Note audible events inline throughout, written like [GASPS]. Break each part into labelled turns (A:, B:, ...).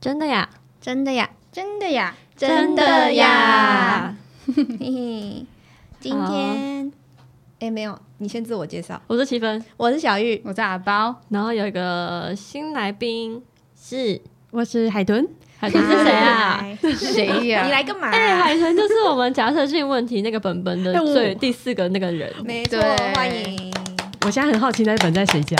A: 真的呀，
B: 真的呀，
C: 真的呀，
B: 真的呀！嘿嘿， [LAUGHS] 今天哎、没有，你先自我介绍，
A: 我是齐芬，
B: 我是小玉，
C: 我是阿包，
A: 然后有一个新来宾是
D: 我是海豚，
A: 海豚是谁啊？
B: 嗨？
C: 谁
B: [LAUGHS]
C: 呀
B: 你来干嘛？
A: 哎，海豚就是我们假设性问题那个本本的
D: 哎我
A: 最第四个那个人。
B: 没错，
C: 对
B: 欢迎。
D: 我现在很好奇那一本在谁家？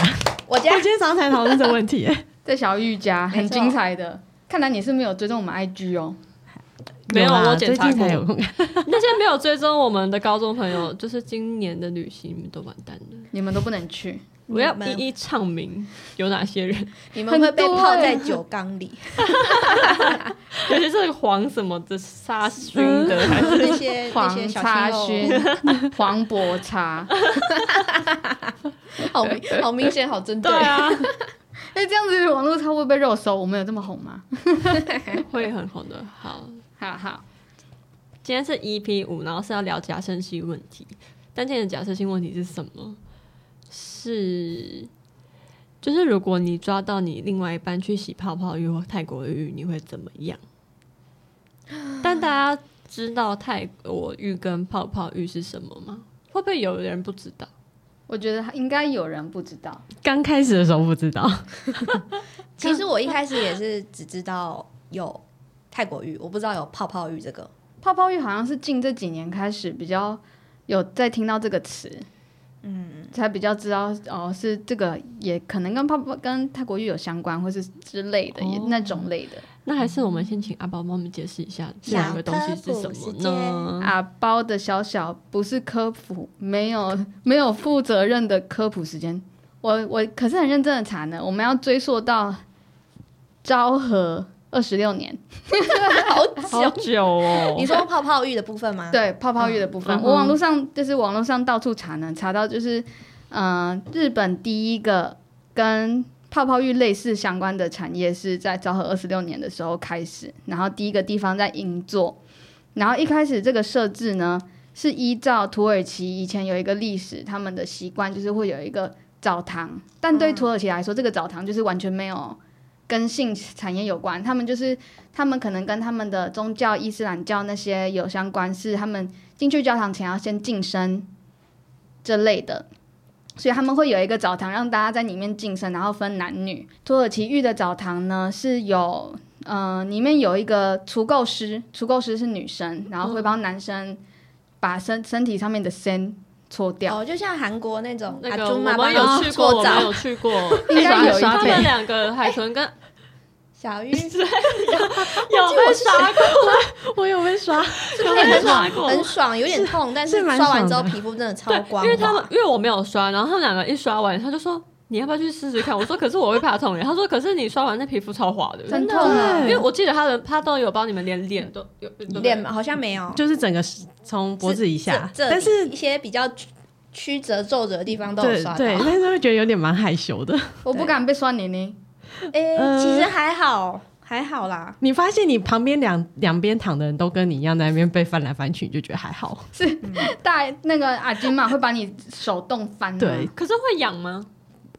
B: 我家
D: 我今天早上才讨论这个问题、
C: 在小玉家，
B: 没
C: 很
B: 错
C: 精彩的。看来你是没有追踪我们 IG 哦，
A: 没有
D: 啦
A: 我检查
D: 最近才
A: 过
D: 有空。
A: 那些没有追踪我们的高中朋友，就是今年的旅行都完蛋了。
C: 你们都不能去。
A: 我要
B: 你们
A: 一一唱明有哪些人， [LAUGHS]
B: 你们会被
C: 很多
B: 泡
A: 哎
C: 欸
B: 在酒缸里，
A: 尤其是黄什么的沙熏的，
B: [LAUGHS]
A: 还是
B: 那些那些
C: 黄
B: 小
C: 茶
B: 青
C: 熏
B: 肉，、
C: [LAUGHS] 黄柏茶，
B: [LAUGHS] 好明好明显，好针
A: 对啊，
C: 哎，这样子网络超会被肉搜，我们有这么红吗？
A: 会很红的。好，
C: 哈哈，
A: 今天是 EP 五，然后是要聊假设性问题。但今天的假设性问题是什么？是，就是如果你抓到你另外一半去洗泡泡浴或泰国浴，你会怎么
B: [GASPS]
A: 样？但大家知道泰国浴跟泡泡浴是什么吗？会不会有人不知道？
C: 我觉得应该有人不知道，
D: 刚开始的时候不知道，
B: 其实我一开始也是只知道有泰国浴，我不知道有泡泡浴这个。
C: 泡泡浴好像是近这几年开始比较有在听到这个词，嗯，才比较知道哦，是这个也可能跟泡泡跟泰国浴有相关，或是之类的，也
A: 哦
C: 那种类的。
A: 那还是我们先请阿宝帮我们解释一
B: 嗯
A: 下这两个东西是什么呢？
C: 啊，包的小小不是科普，没有没有负责任的科普时间。我我可是很认真的查呢，我们要追溯到昭和二十六年，
B: 好
A: 好
B: 久，
A: 久哦，
B: 你说泡泡浴的部分吗？，
C: 对泡泡浴的部分，
A: 嗯
C: 我网络上就是网络上到处查呢，查到就是嗯、呃日本第一个跟泡泡浴类似相关的产业是在昭和二十六年的时候开始，然后第一个地方在银座，然后一开始这个设置呢是依照土耳其以前有一个历史，他们的习惯就是会有一个澡堂，但
A: 嗯
C: 对土耳其来说，这个澡堂就是完全没有跟性产业有关，他们就是他们可能跟他们的宗教伊斯兰教那些有相关，是他们进去教堂前要先净身这类的。所以他们会有一个澡堂，让大家在里面净身，然后分男女。土耳其浴的澡堂呢是有，呃，里面有一个除垢师，除垢师是女生，然后会帮男生把身身体上面的身搓掉。
B: 哦，就像韩国那种
A: 那
B: 阿
A: 个
B: 朱
A: 我们
B: 妈帮
A: 有
B: 你
A: 去过，
B: 搓
A: 我们
B: 澡
A: 有，去
B: [LAUGHS]
A: 过，
C: 应该有一
A: 他
C: 对
A: 们两个海豚跟 [LAUGHS]
B: 小玉 [LAUGHS]
A: 有被刷过，
D: [LAUGHS] 我有被刷，
A: 有被刷过，
B: 很爽，有点痛，但
D: 是蛮
B: 刷完之后
D: 爽的
B: 皮肤真的超
A: 对，
B: 光
A: 因为他们
B: 滑。
A: 因为我没有刷，然后他们两个一刷完，他就说你要不要去试试看？我说可是我会怕痛耶，他说可是你刷完那皮肤超滑的，
B: 真
C: 很
B: 的哦
C: 痛啊
A: 因
D: 对
A: 为我记得他的他都有帮你们连脸都有
B: 脸好像没有，
D: 就是整个是从脖子以下，
B: 这这
D: 但是
B: 一些比较曲曲折皱褶的地方都有
D: 对
B: 刷到。
D: 对，但是会觉得有点蛮害羞的。 [LAUGHS]
C: 我不敢被刷你呢。
B: 哎、
D: 呃
B: 其实还好，还好啦。
D: 你发现你旁边两两边躺的人都跟你一样在那边被翻来翻去，你就觉得还好。
C: 大那个阿金嘛会把你手动翻，啊
D: 对，，
A: 可是会痒吗？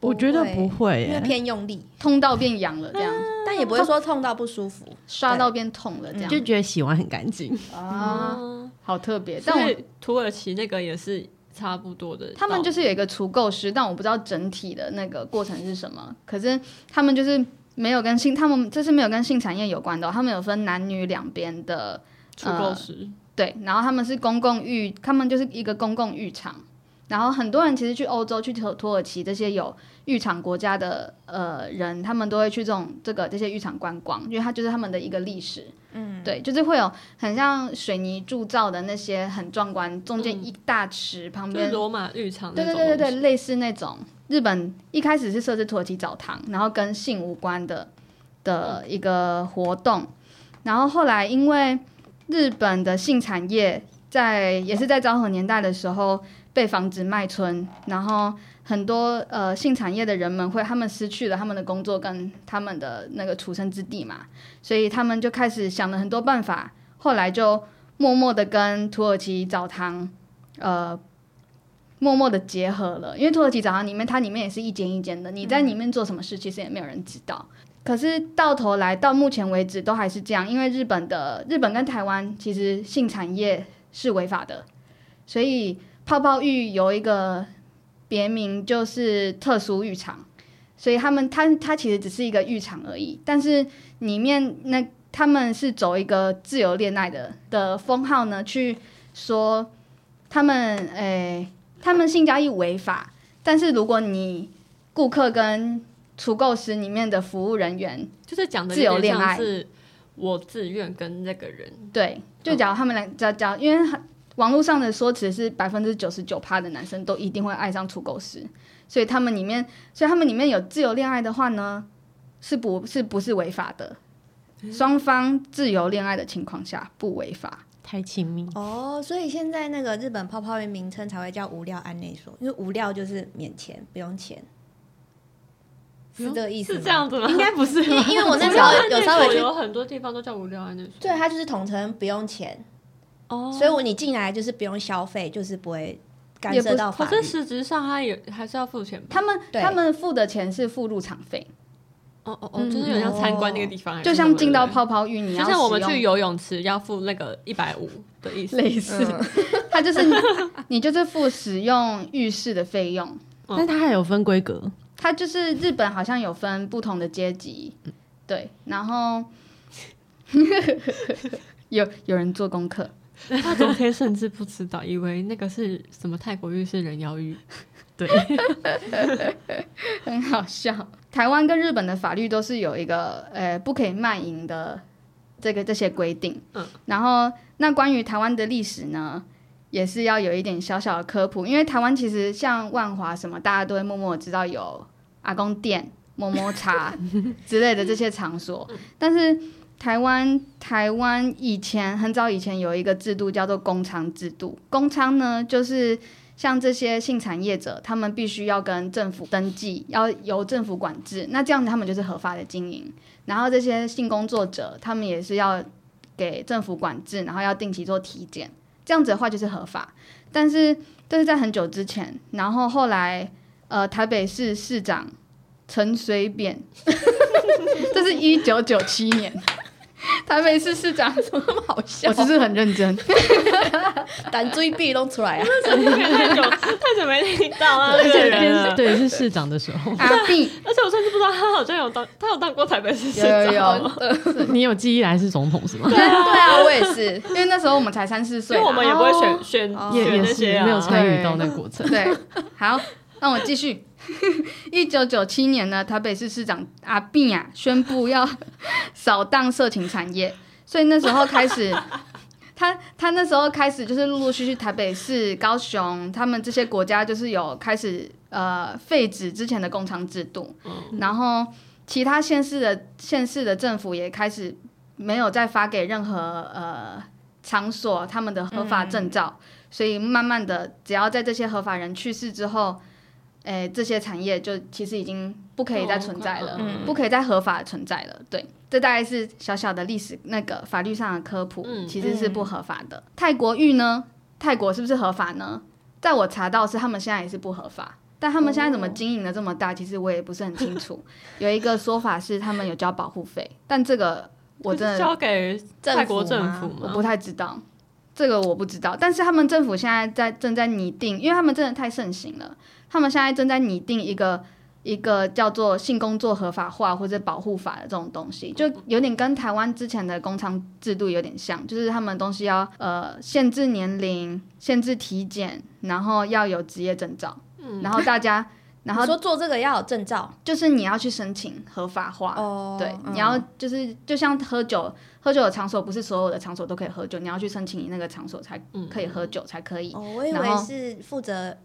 D: 我觉得不会、
B: 因为
D: 欸，
B: 偏用力，
C: 痛到变痒了这样，
A: 啊
B: 但也不会说痛到不舒服。
C: 刷到变痛了这样，
D: 就觉得洗完很干净。
C: 啊，
A: 嗯，
C: 好特别。但
A: 所
C: 我
A: 以土耳其那个也是差不多的道理，
C: 他们就是有一个除垢师，但我不知道整体的那个过程是什么。可是他们就是没有跟性，他们这是没有跟性产业有关的哦、他们有分男女两边的
A: 除垢石，
C: 对，然后他们是公共浴，他们就是一个公共浴场。然后很多人其实去欧洲、去土土耳其这些有浴场国家的呃人，他们都会去这种这个这些浴场观光，因为它就是他们的一个历史。嗯，对，就是会有很像水泥铸造的那些很壮观，中间一大池，旁
A: 嗯就是
C: 边
A: 罗马浴场那
C: 对
A: 种
C: 对
A: 东西，
C: 对对对，类似那种日本一开始是设置土耳其澡堂，然后跟性无关的
A: 嗯
C: 的一个活动，然后后来因为日本的性产业在也是在昭和年代的时候被防止卖春，然后很多呃性产业的人们会他们失去了他们的工作跟他们的那个处身之地嘛，所以他们就开始想了很多办法，后来就默默的跟土耳其澡堂呃默默的结合了，因为土耳其澡堂里面它里面也是一间一间的，你在里面做什么事其实也没有人知道，可是到头来，到目前为止都还是这样，因为日本的日本跟台湾其实性产业是违法的，所以泡泡浴有一个别名就是特殊浴场，所以他们它它其实只是一个浴场而已，但是里面那他们是走一个自由恋爱的的封号呢，去说他们诶、他们性交易违法，但是如果你顾客跟除垢师里面的服务人员，
A: 就是讲的
C: 自由恋爱
A: 是我自愿跟那个人，
C: 对，
A: 嗯
C: 就假如他们俩，假假，因为网络上的说辞是百分之九十九趴的男生都一定会爱上除垢师，所以他们里面，所以他们里面有自由恋爱的话呢，是不是不是违法的？
A: 嗯
C: 双方自由恋爱的情况下不违法，
D: 太亲密，
B: 哦，所以现在那个日本泡泡浴名称才会叫无料安内所，因为无料就是免钱，不用钱，是这个意思吗
A: 是这样子吗？
D: 应该不是
B: 因
D: 吧
B: 为因为我那时候有稍微去，
A: 有很多地方都叫无聊安内所，
B: 对，它就是统称不用钱，
A: 哦，
B: 所以我你进来就是不用消费，就是不会干
C: 也不
B: 涉到法
A: 可
B: 律。
A: 是实质上他也还是要付钱吧？
C: 他们
B: 对
C: 他们付的钱是付入场费，
A: 哦哦哦，就是有点像参观那个地方，啊还是
C: 就
A: 什
C: 像
A: 么
C: 进到
A: 对
C: 泡泡浴，
A: 不
C: 你
A: 对
C: 要
A: 就像我们
C: 使用
A: 去游泳池要付那个一百五的意思，
C: [LAUGHS] 类似，他就是你你就是付使用浴室的费用，
D: 但它还有分规格，
C: 它就是日本好像有分不同的阶级，对，然后 [LAUGHS] 有有人做功课，
A: 他昨天甚至不知道，以为那个是什么泰国浴是人妖 [LAUGHS] 浴，
D: 对，
C: 很好笑。台湾跟日本的法律都是有一个呃不可以卖淫的这个这些规定，
A: 嗯，
C: 然后那关于台湾的历史呢？也是要有一点小小的科普，因为台湾其实像万华什么，大家都会默默地知道有阿公店、摸摸茶之类的这些场所，但是台湾台湾以前很早以前有一个制度叫做公娼制度，公娼呢就是像这些性产业者，他们必须要跟政府登记，要由政府管制，那这样他们就是合法的经营。然后这些性工作者，他们也是要给政府管制，然后要定期做体检，这样子的话就是合法。但是这是在很久之前，然后后来呃台北市市长陈水扁， [LAUGHS] 这是一九九七年。台北市市长，
B: 怎么那么好笑
C: 我只是很认真。
B: 胆追壁弄出来
C: [LAUGHS]
B: 啊！
A: 太久太久没听到啊，
D: [LAUGHS] 而
A: 那个
D: 且
A: 人了
D: 边对是市长的时候，
C: 阿碧，
A: 而且我甚至不知道他好像有当，他有当过台北市市
C: 有有
A: 长。
C: 有，
D: [LAUGHS] 你有记忆来是总统是吗？
C: 对啊，我也是，因为那时候我们才三四岁
A: 因
C: 啦，
A: 为我们也不会选、选
B: 哦
D: [LAUGHS] 也
A: 选
D: 也
A: 那
D: 是
A: 些啊，
D: 没有参与到那个过程，
C: 对，好，那我继续。 [LAUGHS] 一九九七年呢，台北市市长阿扁啊宣布要 [LAUGHS] 扫荡色情产业，所以那时候开始，他他那时候开始就是陆陆续续台北市、高雄他们这些国家就是有开始呃废止之前的工厂制度，
A: 嗯
C: 然后其他县市的县市的政府也开始没有再发给任何呃场所他们的合
A: 嗯
C: 法证照，所以慢慢的只要在这些合法人去世之后。诶，这些产业就其实已经不可以再存在了，
A: 哦嗯
C: 不可以再合法存在了。对，这大概是小小的历史那个法律上的科普，
A: 嗯
C: 其实是不合法的。泰国浴呢？泰国是不是合法呢？在我查到是他们现在也是不合法，但他们现在怎么经营的这么大，其实我也不是很
A: [LAUGHS]
C: 清楚。有一个说法是他们有交保护费，但这个我
A: 就
C: 真
A: 是
C: 的
A: 交给泰国政府
C: 我
A: 嘛
C: 不。太知道，这个我不知道。但是他们政府现在在正在拟定，因为他们真的太盛行了，他们现在正在拟定一个一个叫做性工作合法化或者保护法的这种东西，就有点跟台湾之前的工厂制度有点像，就是他们东西要呃限制年龄、限制体检，然后要有职业证照，然后大家，然后
B: 你说做这个要有证照
C: 就是你要去申请合法化。
B: 哦
C: 对，
B: 嗯
C: 你要就是就像喝酒，喝酒的场所不是所有的场所都可以喝酒，你要去申请你那个场所才可以喝酒才可以。
B: 哦，我以
C: 然
B: 为
C: 后
B: 是负责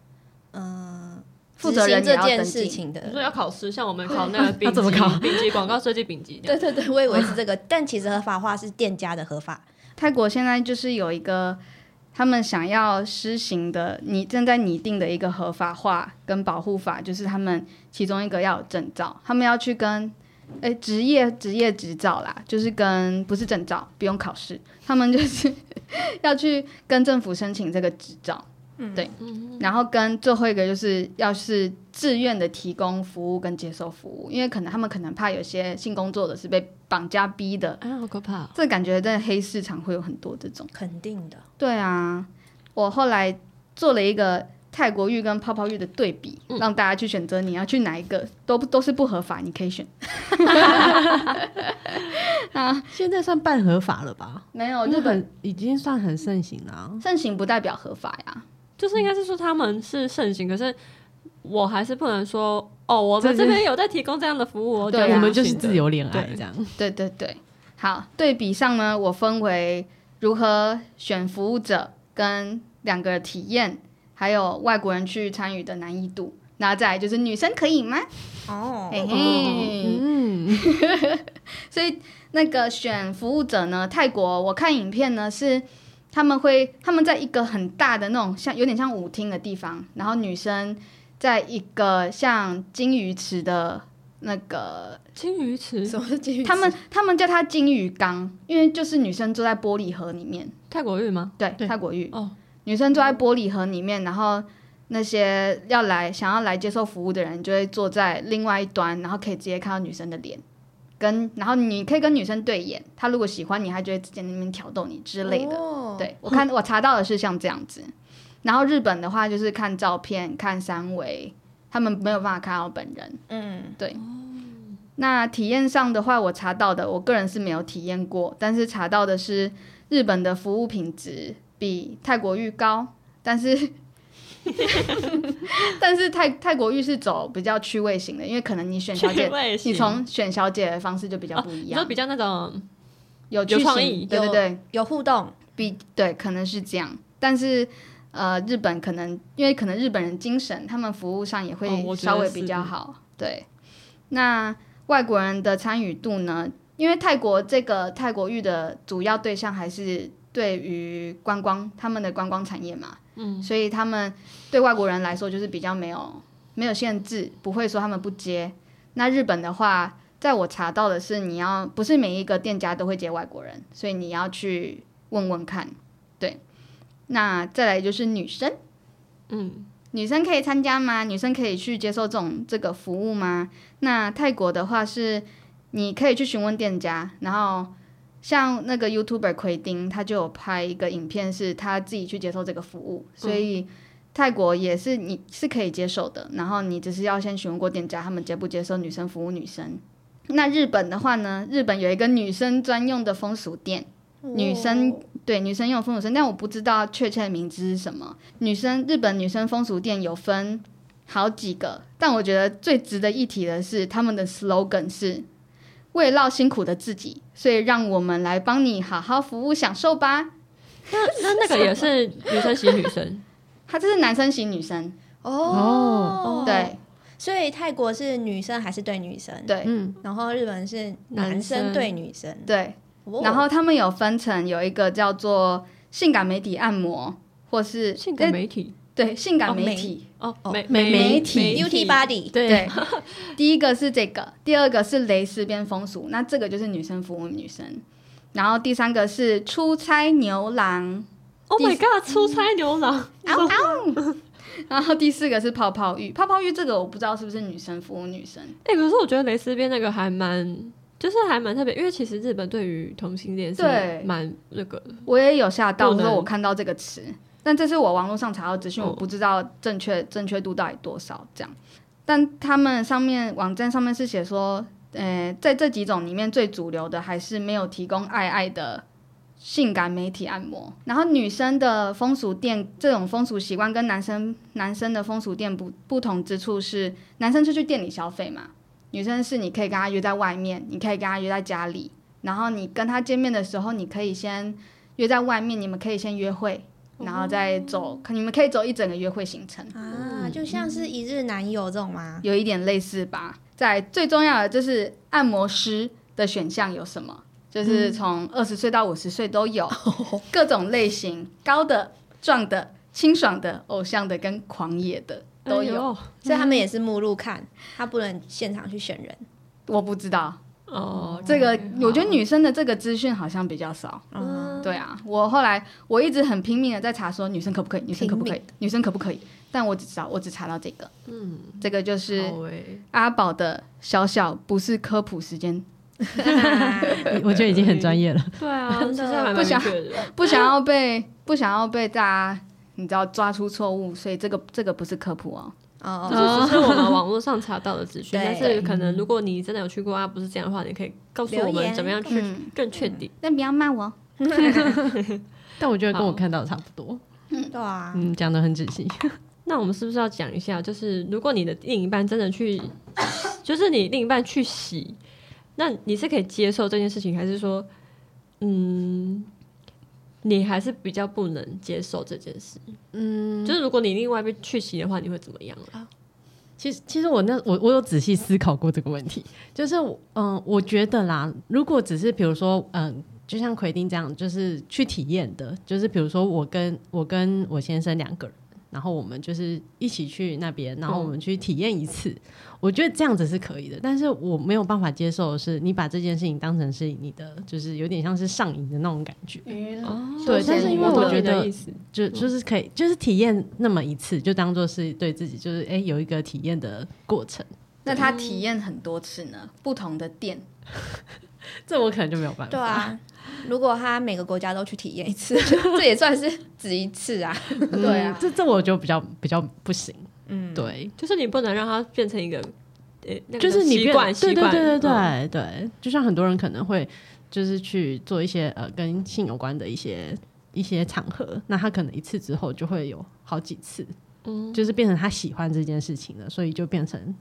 B: 嗯
C: 负责人
B: 执行
C: 也要
B: 这件
C: 登记
B: 事情
A: 你说
B: 的。
A: 要考试，像我们考那个丙
D: 要怎么
A: 级
D: 考
A: 丙级广告设计丙级这样，
B: [LAUGHS] 对对对，我以为是这个，
C: [LAUGHS]
B: 但其实合法化是店家的合法。
C: 泰国现在就是有一个他们想要施行的，你正在拟定的一个合法化跟保护法，就是他们其中一个要有证照，他们要去跟。哎，职业职业执照啦，就是跟不是证 [LAUGHS] 照，不用考试，他们就是要去跟政府申请这个执照，然后跟最后一个就是要是自愿的提供服务跟接受服务，因为可能他们可能怕有些性工作者是被绑架逼的，
A: 啊，好可怕哦！
C: 这感觉在黑市场会有很多这种。
B: 肯定的，
C: 对啊，我后来做了一个泰国浴跟泡泡浴的对比，让大家去选择你要去哪一个，都都是不合法，你可以选。
D: 现在算半合法了吧？
C: 没有
D: 因为
C: 日哦本
D: 很已经算很盛行了啊、
C: 盛行不代表合法呀，
A: 就是应该是说他们是盛行，可是我还是不能说哦，我们
D: 这
A: 这
D: 是
A: 边有在提供这样的服务，我觉得
C: 对啊
D: 我
A: 不
D: 们就是
A: 行的
D: 自由恋爱
A: 对
D: 这样。
C: 对对对，好，对比上呢，我分为如何选服务者跟两个体验，还有外国人去参与的难易度。然后再来就是女生可以吗？
B: 哦
C: 嘿嘿，嗯， [LAUGHS] 所以那个选服务者呢，泰国我看影片呢是他们会他们在一个很大的那种像有点像舞厅的地方，然后女生在一个像金鱼池的那个
A: 金鱼池，
B: 什么是金鱼？
C: 他们他们叫它金鱼缸，因为就是女生坐在玻璃盒里面，
A: 泰国浴吗？
C: 对，
D: 对
C: 泰国浴，
A: 哦
C: 女生坐在玻璃盒里面，然后那些要来想要来接受服务的人就会坐在另外一端，然后可以直接看到女生的脸，跟然后你可以跟女生对眼，她如果喜欢你，她就会直接在那边挑逗你之类的。
B: 哦，
C: 对我看我查到的是像这样子，然后日本的话就是看照片、看三维，他们没有办法看到本人。
B: 嗯，
A: 哦
C: 那体验上的话，我查到的，我个人是没有体验过，但是查到的是日本的服务品质比泰国浴高，但是 [LAUGHS] 但是泰泰国浴是走比较趣味型的，因为可能你选小姐
A: 趣，味型哦
C: 你从选小姐的方式就比较不一
A: 你
C: 样，
A: 说比较那种
C: 有
A: 有
C: 趣
A: 创
C: 型
A: 意
C: 对对
B: 有
C: 对，
B: 有互动，
C: 比对可能是这样，但是呃，日本可能因为可能日本人精神，他们服务上也
A: 哦
C: 会
A: 我觉
C: 稍
A: 得
C: 微
A: 是
C: 比较
A: 的
C: 好。对，那外国人的参与度呢？因为泰国这个泰国域的主要对象还是对于观光他们的观光产业嘛，嗯，所以他们对外国人来说就是比较没有没有限制，不会说他们不接。那日本的话，在我查到的是，你要不是每一个店家都会接外国人，所以你要去问问看。对，那再来就是女生，
A: 嗯，
C: 女生可以参加吗？女生可以去接受这种这个服务吗？那泰国的话是，你可以去询问店家，然后像那个 YouTuber 奎丁，他就有拍一个影片，是他自己去接受这个服务，所以。泰国也是你是可以接受的，然后你只是要先询问过店家，他们接不接受女生服务女生。那日本的话呢，日本有一个女生专用的风俗店，女
B: 哦
C: 生对女生用风俗店，但我不知道确切的名字是什么。女生日本女生风俗店有分好几个，但我觉得最值得一提的是他们的 slogan 是“为了辛苦的自己，所以让我们来帮你好好服务享受吧
A: 那那那个也是女生洗女生，”。
C: 他这是男生洗女生，
B: 哦，
C: 对
B: 所以泰国是女生还是对女生？
C: 对、
D: 嗯，
B: 然后日本是
A: 男
B: 男生
A: 生
B: 对女生，
C: 对。
B: 哦
C: 然后他们有分成有一个叫做性感媒体按摩，或是
A: 性感
C: 诶
A: 媒体
C: 对性感
B: 哦
C: 媒
B: 媒
C: 体，
A: 哦
B: 哦，
A: 媒
D: 媒媒体
B: beauty body，
C: 对， [LAUGHS] 第一个是这个，第二个是蕾丝边风俗，那这个就是女生服务女生。然后第三个是出差牛郎，
A: ，Oh my god，出差牛郎，
C: 然后第四个是泡泡浴。泡泡浴这个我不知道是不是女生服务女生，
A: 哎，可是我觉得蕾丝边那个还蛮。就是还蛮特别，因为其实日本对于同性恋是
C: 对
A: 蛮那个的，
C: 我也有吓到，
A: 不
C: 我
A: 能
C: 说我看到这个词，但这是我网络上查到资讯，
A: 哦
C: 我不知道正确正确度到底多少这样。但他们上面网站上面是写说，呃，在这几种里面最主流的还是没有提供爱爱的性感媒体按摩。然后女生的风俗店这种风俗习惯跟男生男生的风俗店不不同之处是，男生是去店里消费嘛，女生是你可以跟他约在外面，你可以跟他约在家里。然后你跟他见面的时候，你可以先约在外面，你们可以先约会，然后再走，可你们可以走一整个约会行程，嗯
B: 啊，就像是一日男友这种吗？
C: 有一点类似吧。在最重要的就是按摩师的选项有什么，就是从二十岁到五十岁都有，各种类型，高的、壮的、清爽的、偶像的跟狂野的都有。
A: 有
B: 所以他们也是目录看，他不能现场去选人
C: 我不知道
A: 哦。
C: 这个，我觉得女生的这个资讯好像比较少。
B: 嗯
C: 对啊，我后来我一直很拼命的在查说女生可不可以，女生可不可以，女生可不可以，但我只找我只查到这个，嗯，这个就是
A: 好欸
C: 阿宝的小小不是科普时间，
B: 嗯
D: 我觉得已经很专业了。
A: 对啊，
B: 真的
A: 其实还蛮
C: 不想
A: 明确的。
C: 不想要被 [LAUGHS] 不想要被大家你知道抓出错误，所以这个这个不是科普 [LAUGHS] 哦，
B: [LAUGHS] 哦，
A: 这只是我们网络上查到的资讯，
B: [LAUGHS] 对
A: 但是可能如果你真的有去过啊，不是这样的话，你可以告诉我
B: 留
A: 们
B: 言
A: 怎么样去
C: 嗯，
A: 更确定。
C: 但不要骂我，
D: 但我觉得跟我
A: 好
D: 看到的差不多，
B: 对啊，
D: 嗯，讲的很仔细。
A: 那我们是不是要讲一下，就是如果你的另一半真的去，就是你另一半去洗，那你是可以接受这件事情，还是说，嗯，你还是比较不能接受这件事？嗯，就是如果你另外一边去洗的话，你会怎么样啊？
D: 其实，其实我那我我有仔细思考过这个问题，就是我嗯、我觉得啦，如果只是比如说嗯、就像奎丁这样，就是去体验的，就是比如说我跟我跟我先生两个人，然后我们就是一起去那边，然后我们去体验一次，我觉得这样子是可以的。但是我没有办法接受的是，你把这件事情当成是你的，就是有点像是上瘾的那种感觉。
B: 哦
D: 对但是因为
A: 我
D: 我
A: 懂你
D: 觉得
A: 的意思，
D: 就就是可以，就是体验那么一次，就当做是对自己，就是哎、诶有一个体验的过程。
C: 那他体验很多次呢，不同的店，
D: 这我可能就没有办法。
B: 对啊。如果他每个国家都去体验一次，这也算是只一次啊。
D: 嗯
C: 对啊
D: 这这我就比较比较不行。嗯，对，
A: 就是你不能让它变成一个，呃、那个
D: 就是你
A: 习
D: 变
A: 惯，
D: 对
A: 习
D: 对
A: 惯，
D: 对对对、
A: 嗯
D: 对，就像很多人可能会就是去做一些呃跟性有关的一些一些场合，那他可能一次之后就会有好几次，嗯，就是变成他喜欢这件事情了，所以就变成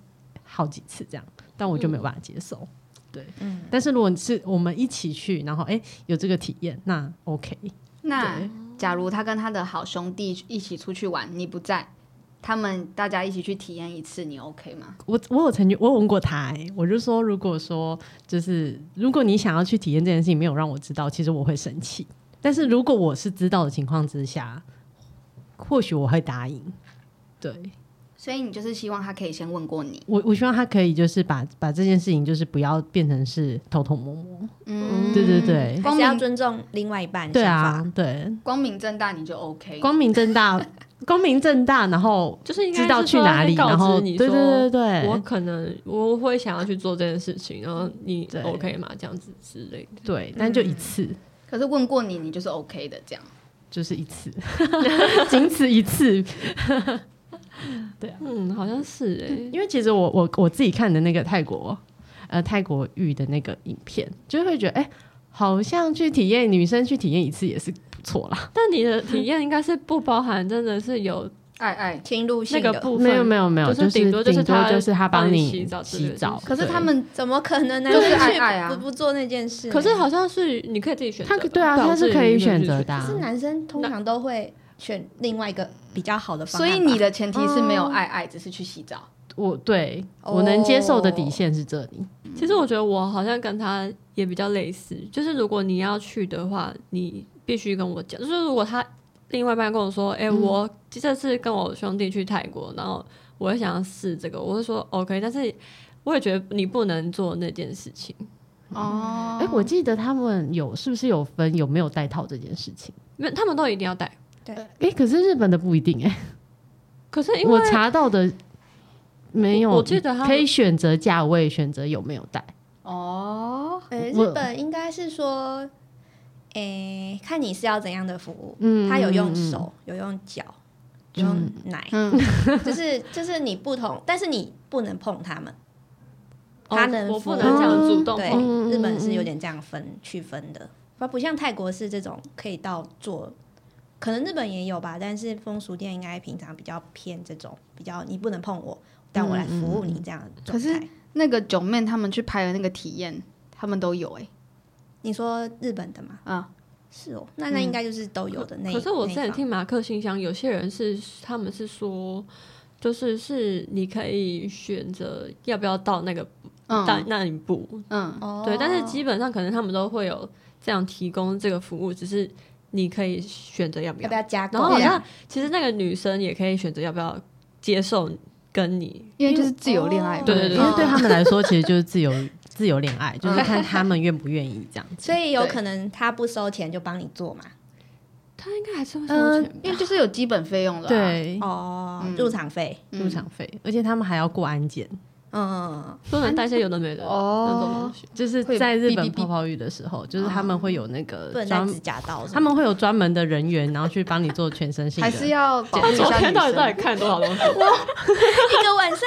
D: 好几次这样，但我就没有办法接受。对，嗯，但是如果是我们一起去，然后哎、有这个体验，那 OK，
C: 那假如他跟他的好兄弟一起出去玩，你不在，他们大家一起去体验一次，你 OK 吗？
D: 我我有曾经我有问过他、欸，我就说，如果说就是如果你想要去体验这件事情，没有让我知道，其实我会生气。但是如果我是知道的情况之下，或许我会答应。对
C: 所以你就是希望他可以先问过你，
D: 我，我希望他可以就是把把这件事情，就是不要变成是偷偷摸摸。
C: 嗯，
D: 对对对，
B: 还
C: 光
B: 是要
C: 明
B: 尊重另外一半的
D: 对
B: 嗯想
D: 啊
B: 法。，
D: 对，
C: 光明正大你就 OK，
D: 光明正大，
B: [LAUGHS]
D: 光明正大，然后
A: 就是应该
D: 知道
A: 是
D: 去
A: 说
D: 哪里，
A: 告
D: 然后
A: 知你
D: 对对
A: 说
D: 对对对，
A: 我可能我会想要去做这件事情，然后你
D: 对
A: OK 吗？这样子之类的。
D: 对，但就一次。
C: 可是问过你，你就是 OK 的这样。
D: 就是一
A: [LAUGHS]
D: 次，仅此一次。
A: 嗯，好像是哎、
D: 因为其实我我我自己看的那个泰国呃泰国浴的那个影片，就会觉得哎、好像去体验女生去体验一次也是不错啦。
A: 但你的体验应该是不包含，真的是有
C: 爱爱，
B: 侵入
A: 那
B: 性
A: 个
B: 的，
A: 部分，
D: 没有没有没有，
A: 就是顶
D: 顶
A: 多
D: 多
A: 就是他
D: 就是他
A: 帮你
D: 你
A: 洗澡之类
D: 洗
A: 的
D: 澡。
C: 可是
D: 对
C: 他们
B: 怎么可能呢？
C: 就是
B: 男生
C: 爱爱啊
B: 不不做那件事。
A: 可是好像是你可以自己选择
D: 他
A: 的，
D: 对啊，
A: 导
D: 他
A: 致
D: 是可
A: 你没
D: 以
A: 有
D: 选
A: 去
D: 择的啊、
B: 是男生通常都会选另外一个比较好的方
C: 所
B: 案吧。
C: 以你的前提是没有爱爱，只是去洗澡。
D: 我对
B: 哦
D: 我能接受的底线是这里。
A: 其实我觉得我好像跟他也比较类似，就是如果你要去的话，你必须跟我讲。就是如果他另外一半跟我说：“哎、我这次跟我兄弟去泰国，然后我也想要试这个。”我会说 “OK”，但是我也觉得你不能做那件事情。
C: 哦
D: 哎、我记得他们有是不是有分有没有带套这件事情？
A: 那他们都一定要带，
D: 哎、可是日本的不一定哎、
A: 可是因为
D: 我查到的没有，
A: 我我记得他们
D: 可以选择价位，选择有没有带。
C: 哦，
B: 呃，
D: 我
B: 日本应该是说，诶，看你是要怎样的服务，
D: 嗯
B: 他有用手，有用脚，有用奶，
C: 嗯，
B: 就是就是你不同，但是你不能碰他们。
A: 哦
B: 他能
A: 我不
B: 服
A: 能这样
D: 哦
A: 主动
B: 对
A: 碰，
D: 嗯嗯
B: 日本是有点这样分区分的，不不像泰国是这种可以到做，可能日本也有吧，但是风俗店应该平常比较偏这种比较你不能碰我，但我来
D: 嗯
B: 服务你这样的状
C: 可是
B: 态。
C: 那个九妹他们去拍的那个体验，他们都有哎、
B: 你说日本的吗？
C: 啊，
B: 是哦，那那应该就是都有的那一。
A: 嗯可是我
B: 那一
A: 之前
B: 方
A: 听马克信箱，有些人是他们是说，就是是你可以选择要不要到那个到、
C: 嗯
A: 那一步，
C: 嗯，
B: 哦，
A: 对。但是基本上可能他们都会有这样提供这个服务，只是你可以选择要不
B: 要
A: 要。
B: 不要加购？
A: 然后好
C: 对啊
A: 像其实那个女生也可以选择要不要接受跟你，
C: 因为就是自由恋爱嘛，
A: 对对对
D: 因为对他们来说，其实就是自由 [LAUGHS] 自由恋爱，就是看他们愿不愿意这样子。
B: 所以有可能他不收钱就帮你做嘛。
A: 他应该还是会收
C: 嗯、
A: 钱吧
C: 因为就是有基本费用
A: 啊
C: 了、，
D: 对，
B: 哦，入场费，
A: 嗯
C: 嗯
D: 入场费，而且他们还要过安检，
B: 嗯，
A: 不能带一些有的没的
C: 哦
A: 那种东 [LAUGHS] 西。
D: 就是
C: 会
D: 在日
C: 哔
D: 本
C: 哔哔
D: 泡泡浴的时候，就是他们会有那
A: 哦
D: 个
B: 不能带
D: 专
B: 指甲刀什么的。
D: 他们会有专门的人员，然后去帮你做全身性
C: 还
D: 的，
C: 是要保护
A: 他
C: 一
A: 昨
C: 下
A: 天
C: 女
A: 到底到
C: 生
A: 底。看了多少东西？
B: [LAUGHS] 一个晚上，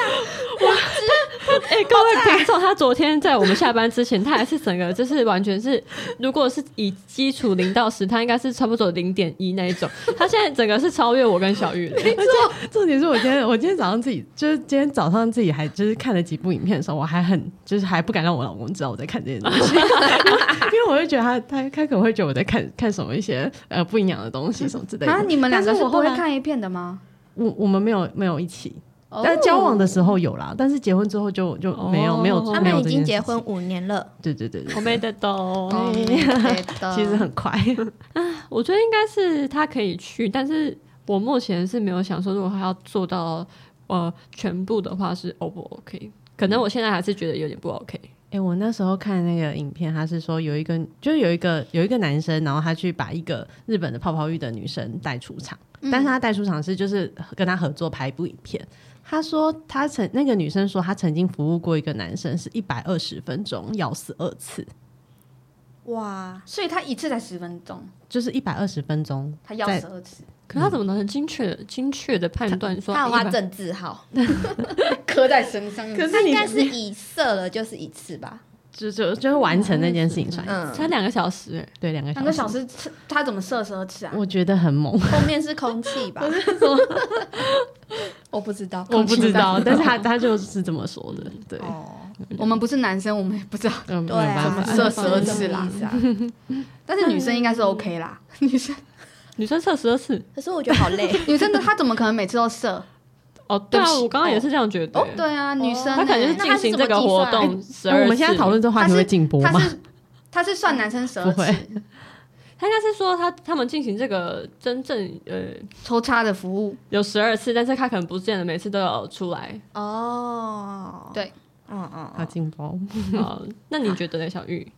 A: 哎、各位听众，他昨天在我们下班之前，他还是整个就是完全是，如果是以基础零到十，他应该是差不多零点一那一种。他现在整个是超越我跟小玉的。
D: [LAUGHS] 重点是我今天我今天早上自己就是今天早上自己还就是看了几部影片的时候，我还很就是还不敢让我老公知道我在看这些
A: [LAUGHS]
D: 东西，因为我会觉得他他他可能会觉得我在看看什么一些呃不营养的东西什么之类的。
C: 啊，你们两个
D: 但
C: 是
D: 是
C: 不
D: 我后
C: 会
D: 来
C: 看 A 片的吗？
D: 我我们没有没有一起，
C: 哦
D: 但交往的时候有啦，但是结婚之后就就没有、
A: 哦
D: 没有
A: 他
B: 他
D: 没有
B: 们已
D: 这
B: 经
D: 件
B: 结
D: 事情
B: 婚，五年了，
D: 对对对对
A: 我没得懂，
C: 哦
D: 对
C: 对的
D: 其实很 [LAUGHS] 快，
A: 我觉得应该是他可以去，但是我目前是没有想说，如果他要做到呃全部的话是 O 不 OK？可能我现在还是觉得有点不 OK。
D: 哎、我那时候看那个影片，他是说有一个，就是有一个有一个男生，然后他去把一个日本的泡泡浴的女生带出场，
B: 嗯
D: 但是他带出场是就是跟他合作拍一部影片。他说他曾那个女生说她曾经服务过一个男生是一百二十分钟，要死二次，
B: 哇，
C: [LAUGHS] 所以他一次才十分钟，
D: 就是一百二十分钟。
C: 他要
D: 在
C: 十二次，
A: 可他怎么能很精确、精确的判断说
B: 他有画
A: 100
B: 正字号，
C: 刻在身上。可
B: 他应该是以色了就是一次吧，
D: 就就就是完成那件事情算一次，
B: 嗯，
A: 才两个小时、欸？
D: 对，两个小
C: 两
D: 时，
C: 个小时吃，他怎么射十二次啊？
D: 我觉得很猛，
B: 后面是空气吧， [LAUGHS] 我不知道，
D: 我不知道， [LAUGHS] 但是他他就是这么说的，对，
B: 哦，
C: 我们不是男生，我们也不知道
D: 嗯，没
B: 对
D: 有办
B: 啊
D: 法，，
C: 射十二次啦
B: 什么意思啊。
C: [LAUGHS] 但是女生应该是 OK 啦。女生
A: 女生测十二次
B: 可是我觉得好累，哦
C: 女生的她怎么可能每次都射？
A: 哦，对啊
C: 对不，起
A: 我刚刚也是这样觉得、欸
C: 对啊，女生
A: 他可能是
C: 欸
A: 进行这个活动十
D: 哎
A: 二、
D: 我们现在讨论，这个话题会禁播
C: 她
D: 吗？
C: 是她是算男生十二
D: 不
C: 次
D: 会
A: 他应该是说他他们进行这个真正呃
C: 抽插的服务，
A: 有十二次，但是他可能不见得每次都有出来。
B: 哦，
C: 对，
B: 嗯嗯
D: 好
B: 嗯，
D: 劲爆！
A: 好，那你觉得呢，小玉？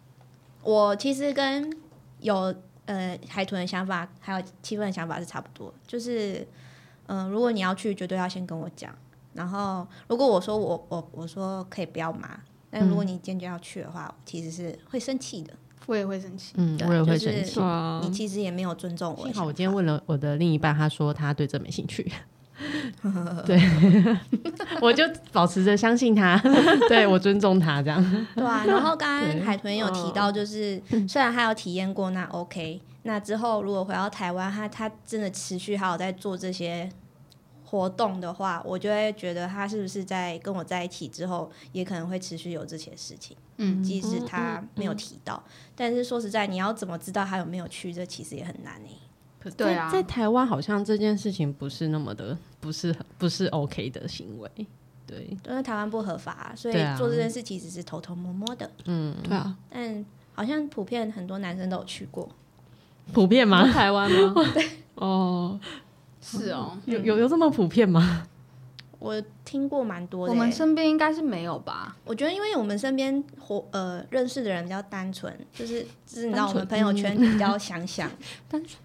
B: 我其实跟有呃海豚的想法还有气氛的想法是差不多，就是嗯、呃如果你要去，绝对要先跟我讲。然后如果我说我我我说可以不要嘛，但如果你坚决要去的话，我其实是会生气的。
C: 我也会生气。
D: 嗯，
B: 对
D: 我也会
B: 就是
D: 生气。
A: 对啊，
B: 你其实也没有尊重我的
D: 幸
B: 想法。
D: 好我今天问了我的另一半，他说他对这没兴趣。对， [LAUGHS] 我就保持着相信他， [LAUGHS] 对我尊重他这样。 [LAUGHS]
B: 对啊，然后刚刚
D: 对嗯
B: 海豚有提到，就是虽然他有体验过，那 OK，那之后如果回到台湾，他他真的持续还有在做这些活动的话，我就会觉得他是不是在跟我在一起之后，也可能会持续有这些事情，
C: 嗯，
B: 即使他没
D: 嗯
B: 有提到。但是说实在，你要怎么知道他有没有去，这其实也很难欸诶、
C: 对啊
D: 在在台湾好像这件事情不是那么的，不是很不是 OK 的行为。对，
B: 因为台湾不合法啊、所以
D: 嗯对啊
B: 做这件事其实是偷偷摸摸的。
A: 对啊，
B: 但好像普遍很多男生都有去过，
D: 普遍吗？
A: 台湾
D: [LAUGHS]
A: 吗？哦，
C: 是哦。
D: 有有有这么普遍吗？
B: 我听过蛮多的
C: 我
B: 欸、
C: 们身边应该是没有吧？
B: 我觉得，因为我们身边活呃认识的人比较单纯，就是就是你知道，我
A: 单纯
B: 们朋友圈比较想想。
A: 单纯。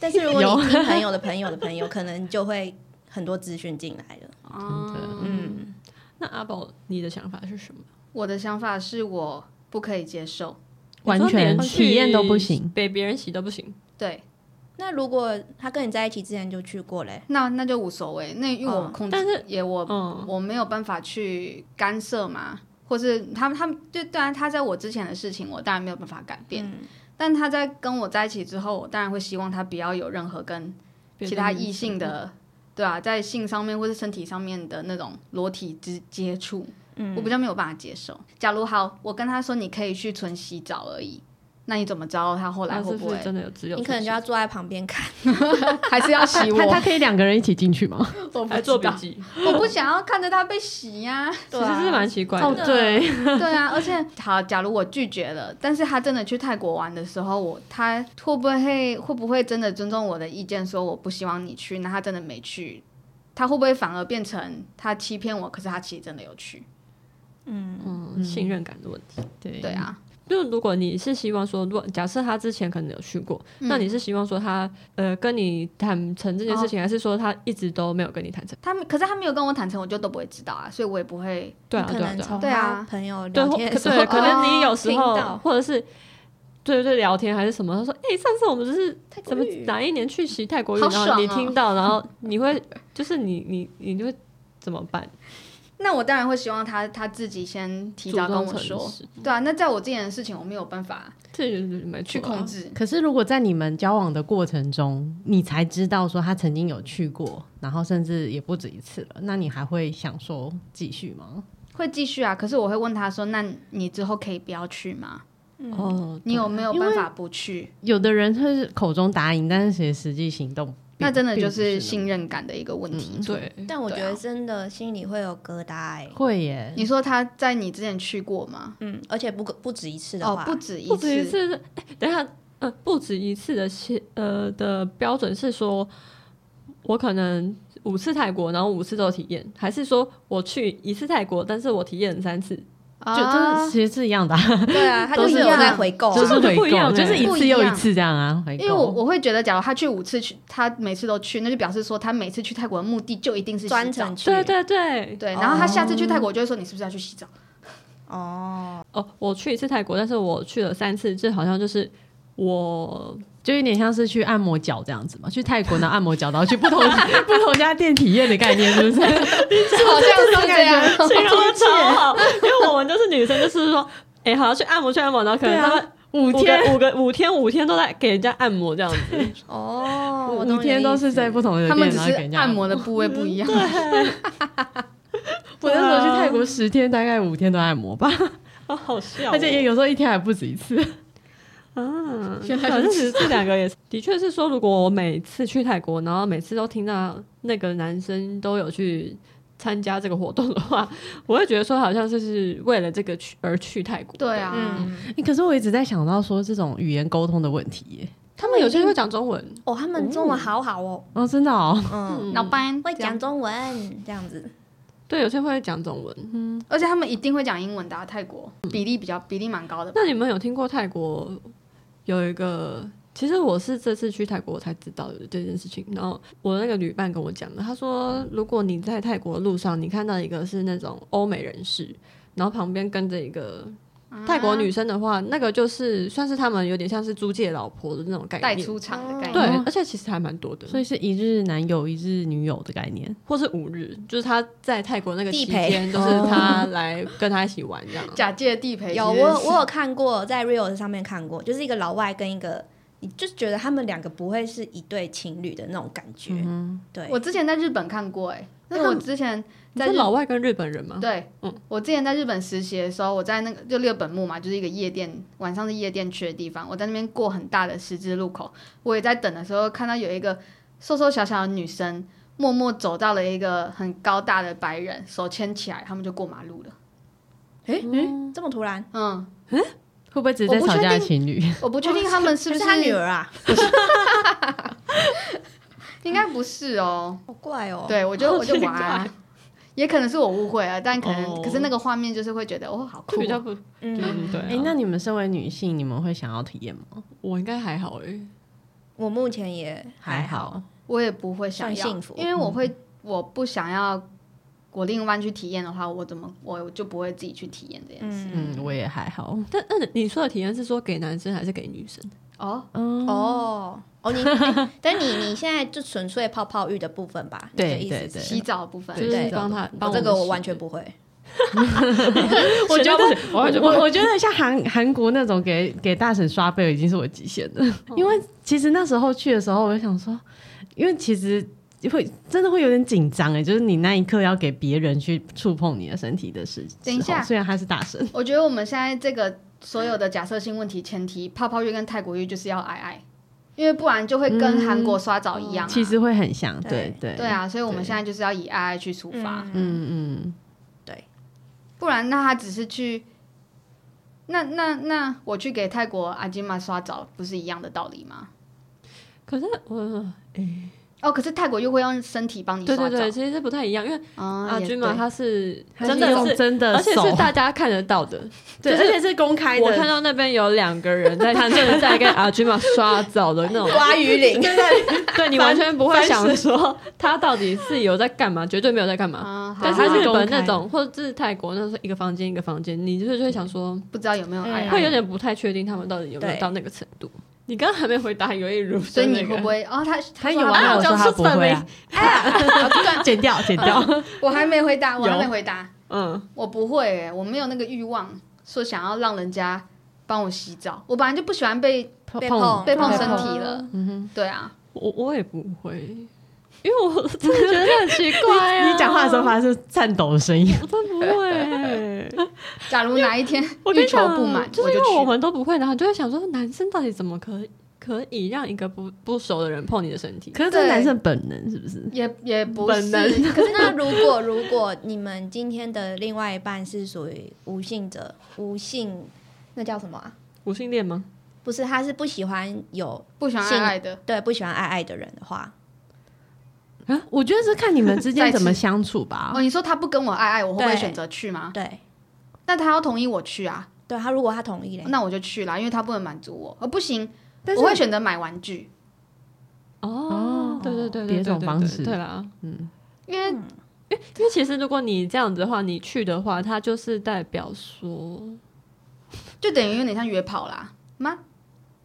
B: 但是如果你听朋友的朋友的朋友，可能就会很多资讯进来了。
A: 哦
C: 啊，
B: 嗯，
A: 那阿宝，你的想法是什么？
C: 我的想法是我不可以接受。
D: 完
A: 你说
D: 全
A: 连续
D: 体验都不行，
A: 被别人洗都不行。
C: 对，
B: 那如果他跟你在一起之前就去过嘞，
C: 那那就无所谓，那因为我
B: 嗯
C: 控制，
A: 哦但是
C: 也我、
A: 嗯
C: 我没有办法去干涉嘛，或是他们他们对当然他在我之前的事情，我当然没有办法改变，
A: 嗯
C: 但他在跟我在一起之后，我当然会希望他不要有任何跟其他异性的，
A: 嗯
C: 对啊，在性上面或是身体上面的那种裸体之接触，嗯，我比较没有办法接受。假如好，我跟他说你可以去纯洗澡而已，那你怎么知道他后来
A: 那
C: 会
A: 哦是
C: 不
A: 不
C: 会、
A: 是真的有只有
B: 你可能就要坐在旁边看。
C: [LAUGHS] 还是要洗
D: 他他
C: 我？
D: 可以两个人一起进去吗？
C: 我不
A: 还
C: 知
A: 做笔
C: 道，
A: 记，
C: 我不想要看着他被洗 [LAUGHS] 呀、
A: 其
B: 啊
A: 实是蛮奇怪的。
D: 哦对，
C: 对啊，而且好，假如我拒绝了，但是他真的去泰国玩的时候，我他会不会会不会真的尊重我的意见，说我不希望你去？那他真的没去，他会不会反而变成他欺骗我？可是他其实真的有去，
A: 嗯，信任感的问题。
D: 对
C: 对，啊，
A: 就如果你是希望说，如果假设他之前可能有去过，
B: 嗯
A: 那你是希望说他呃跟你坦诚这件事情，还是说他一直都没有跟你坦诚？
C: 他们可是他没有跟我坦诚，我就都不会知道啊，所以我也不会。
A: 对啊，
B: 哦可
A: 对啊，
B: 能
A: 对啊，
B: 从
C: 对啊
B: 他朋友
A: 对
B: 聊
A: 或
B: 天的时候，
A: 对，可能你有时
B: 哦听
A: 候
B: 到
A: 或者是对对聊天还是什么，他说哎，上次我们就是
B: 泰国
A: 怎么
B: 语
A: 哪一年去习泰国语，
C: 好
A: 然后你
C: 爽哦
A: 听到，然后你会 [LAUGHS] 就是你你你就会怎么办？
C: 那我当然会希望他他自己先提早跟
A: 主
C: 我
A: 动诚
C: 说
A: 实，
C: 对啊。那在我之前的事情，我没有办法
A: 这就是没
C: 去
A: 错啊
C: 控制。
D: 可是，如果在你们交往的过程中，你才知道说他曾经有去过，然后甚至也不止一次了，那你还会想说继续吗？
C: 会继续啊，可是我会问他说：“那你之后可以不要去吗？
A: 哦，
C: 你
A: 对
C: 有没有
D: 因为
C: 办法不去
D: 有的人他是口中答应，但是其实实际行动并，？”
C: 那真的
D: 并
C: 就
D: 不是那
C: 是
D: 么
C: 信任感的一个问题。
A: 对，哦
B: 但我觉
C: 对啊
B: 得真的心里会有疙瘩哎、
D: 会耶。
C: 你说他在你之前去过吗？
B: 嗯，而且不可不止一次的
C: 哦
B: 话，，
C: 不止一
A: 不止一
C: 次，
A: 次是。哎等一下，呃，不止一次的切呃的标准是说，我可能五次泰国，然后五次都有体验，还是说我去一次泰国，但是我体验了三次？
C: 就
D: 就就是其实是一样的啊、
B: 对 [LAUGHS] 啊，他
C: 都
B: 就是是有
C: 一样
B: 在回购、啊，
D: 就是回
A: 不一样
D: 购，
A: 欸
D: 就是一
C: 哦 [LAUGHS] 不
D: 次
C: 一
D: 又一
C: 样
D: 次这样啊，回购。
C: 因为我我会觉得，假如他去五次去，他每次都去，那就表示说他每次去泰国的目的就一定是洗
B: 专
C: 澡
B: 程。去，
A: 对对对，
C: 对，然后他下次去泰国，我就会说你是不是要去洗澡？
B: 哦，
A: 哦，我去一次泰国，但是我去了三次，这好像就是我
D: 就有点像是去按摩脚这样子嘛，去泰国然后按摩脚，然后去不同 [LAUGHS] 不同家店体验的概念，是不是？ [LAUGHS]
C: 好像是这样。
B: [LAUGHS]
A: 形容的超好，因为我们就是女生，就是说，哎、好好去按摩去按摩，然后可能
C: [LAUGHS]
D: 对啊
A: 他们
D: 五
A: 五
D: 天
A: 个五个五天五天都在给人家按摩这样子，
B: 哦，我懂
D: 五
B: 你的
D: 天都
B: 意
D: 是
B: 思
D: 在不同的店，
C: 他们只
D: 然后
C: 是
D: 给人家
C: 按。摩的部位不一样。
B: 啊
D: 我那时候去泰国十天，大概五天都按摩吧，
A: [LAUGHS] 好好笑哦、
D: 而且也有时候一天还不止一 [LAUGHS] 次。
A: 嗯，
C: 原来
A: 反
C: 如
A: 正其实这两个也是，的确是说，如果我每次去泰国，然后每次都听到那个男生都有去参加这个活动的话，我会觉得说好像就是为了这个去而去泰国。
C: 对啊，
B: 嗯，
D: 欸可是我一直在想到说这种语言沟通的问题耶。
A: 他们有些会讲中文，
B: 哦，他们中文好好哦，
D: 哦，真的哦，
B: 嗯，
C: 老班
B: 会
C: 这样
B: 讲中文这样子，
A: 对，有些会讲中文。
C: 而且他们一定会讲英文的啊、泰国比例比较比例蛮高的吧。
A: 那你们有听过泰国有一个？其实我是这次去泰国我才知道有这件事情，然后我的那个旅伴跟我讲的，他说如果你在泰国的路上，你看到一个是那种欧美人士，然后旁边跟着一个泰国女生的话，那个就是算是他们有点像是租借老婆的那种概
C: 带
A: 念。
C: 出场的
A: 哦
C: 概
A: 对
C: 念，，
A: 而且其实还蛮多的，
D: 所以是一日男友一日女友的概念。
A: 或是五日，就是他在泰国那个期
B: 地陪
A: 间，就是他来跟他一起玩这样。
C: 假借地陪
B: 有
C: 其实
B: 我有我有看过，在 Reels 上面看过，就是一个老外跟一个，你就觉得他们两个不会是一对情侣的那种感觉，对，
C: 我之前在日本看过哎、那
A: 他
C: 我
A: 们
C: 之前
A: 你
C: 在
A: 是
C: 日
A: 老外跟日本人吗？
C: 对，
A: 嗯
C: 我之前在日本实习的时候，我在那个就六本木嘛，就是一个夜店，晚上是夜店去的地方。我在那边过很大的十字路口，我也在等的时候看到有一个瘦瘦小小的女生，默默走到了一个很高大的白人，手牵起来，他们就过马路了。
B: 诶诶，这么突然，
C: 嗯，
D: 会不会只是
C: 我
D: 在
C: 不
D: 吵
C: 确
D: 架的
C: 定
D: 情侣？
C: 我不确定他们是
B: 是 [LAUGHS]
C: 不
B: 是他女儿啊？
C: 应该不是哦。
B: 好怪哦，
C: 对，我就我就
A: 好奇
C: 哇，也可能是我误会了，但可能、
A: 哦
C: 可是那个画面就是会觉得哦，好
A: 就
C: 酷
A: 比较
C: 哦。
A: 不
B: 嗯，
A: 嗯对啊
D: 哎、那你们身为女性，你们会想要体验吗？
A: 我应该还好诶、
B: 我目前也还好，
D: 好，
C: 我也不会想要，
B: 算幸福
C: 因为我会，我不想要我另外去体验的话，我怎么我就不会自己去体验这件事。
B: 嗯，
D: 嗯，我也还好。
A: 但但你说的体验是说给男生还是给女生？
C: 哦，
D: 嗯，
B: 哦哦，你， [LAUGHS] 诶但你你现在就纯粹泡泡浴的部分吧，你的
D: 对
B: 意思
D: 对
B: 是
D: 对
C: 洗澡的部分
A: 就
B: 对
A: 是帮他帮
B: 我哦这个我
A: 洗
B: 完全不会，
D: 我觉得我
A: 完全
D: 我我觉得像韩韩国那种给给大婶刷背已经是我极限了，
A: 哦
D: [LAUGHS] 因为其实那时候去的时候，我就想说，因为其实。会真的会有点紧张哎，就是你那一刻要给别人去触碰你的身体的事。
C: 等一下
D: 时候虽然他是大神，
C: 我觉得我们现在这个所有的假设性问题前提，泡泡浴跟泰国浴就是要爱爱，因为不然就会跟韩国刷澡一样、啊
D: 其实会很像，
B: 对
D: 对对
C: 对，啊，所以我们
D: 对
C: 现在就是要以爱爱去出发，
B: 嗯，
D: 嗯嗯，
C: 不然那他只是去。那那那我去给泰国阿金玛刷澡，不是一样的道理吗？
A: 可是我哎、
C: 哦，可是泰国又会用身体帮你
A: 对
C: 刷澡
A: 对对，其实是不太一样，因为
C: 啊
A: 阿
C: 也
A: 君嘛，
C: 对
A: 他是
D: 它
A: 真
D: 是
A: 的
D: 用
A: 是，
D: 真的
A: 而且
D: 手
A: 是大家看得到的。
D: 对，
A: 就是
D: 而且是公开的。
A: 我看到那边有两个人在，他正在跟 [LAUGHS] 啊阿君嘛刷澡的那
B: [LAUGHS]
A: 种，
B: 刮鱼鳞，
A: 对你完全不会想说他到底是有在干嘛，绝对没有在干嘛。
C: 啊，好
A: 但
D: 它
A: 是
D: 是
A: 日
D: 公
A: 本
D: 开
A: 那种，或者是泰国那是一个房间一个房间，你就是就会想说，
C: 不知道有没有爱
B: 嗯
C: 啊
A: 哎会
C: 爱，
A: 有点不太确定他们到底有没有
B: 对
A: 到那个程度。你刚刚还没回答有一如，
C: 所以你会不
A: 会？
C: 会？哦，他
D: 他
C: 说
D: 有啊，我
C: 叫
D: 说他不会啊，
C: 哎 [LAUGHS]
D: 剪掉，剪
A: [LAUGHS]
D: 掉。
C: 我还没回答，我还
A: 有
C: 没回答，
A: 嗯，
C: 我不会欸、我没有那个欲望说想要让人家帮我洗澡，我本来就不喜欢被
B: 被碰
C: 被碰
B: 被
C: 身
B: 碰 [LAUGHS]
C: 体了，对啊，
A: 我我也不会，因为我真的觉得很奇怪、啊。
D: 你讲话的时候发出颤抖的声音，
A: 我真不会。
C: 假如哪一天
A: 我跟
C: 欲
A: 你
C: 求
A: 讲，
C: 不满，
A: 就是
C: 我
A: 因
C: 就
A: 为我
C: 去。
A: 们都不会，然后就会想说，男生到底怎么可可以让一个不不熟的人碰你的身体？
D: 可是这男生本能是不是？
C: 也也不
D: 本
C: 是，
D: 能
C: 可是
B: 那如果如果你们今天的另外一半是属于无性者，无性那叫什么啊？
A: 无性恋吗？
B: 不是，他是不喜欢有
C: 不喜欢爱爱的，
B: 对不喜欢爱爱的人的话，
D: 啊，我觉得是看你们之
C: 再
D: 间
C: 次
D: 怎么相处吧
C: 哦，。你说他不跟我爱爱，我会不会
B: 啊对
C: 选择去吗？
B: 对
C: 那他要同意我去啊，
B: 对，他如果他同意嘞，
C: 那我就去啦，因为他不能满足我，呃，不行，
D: 但是
C: 我会选择买玩具，
A: 哦，对对对，对
D: 别种
A: 对对
D: 方式
A: 对啦，
C: 因
B: 嗯
C: 为
A: 因为其实如果你这样子的话，你去的话，它就是代表说，
C: 就等于有点像约炮啦吗？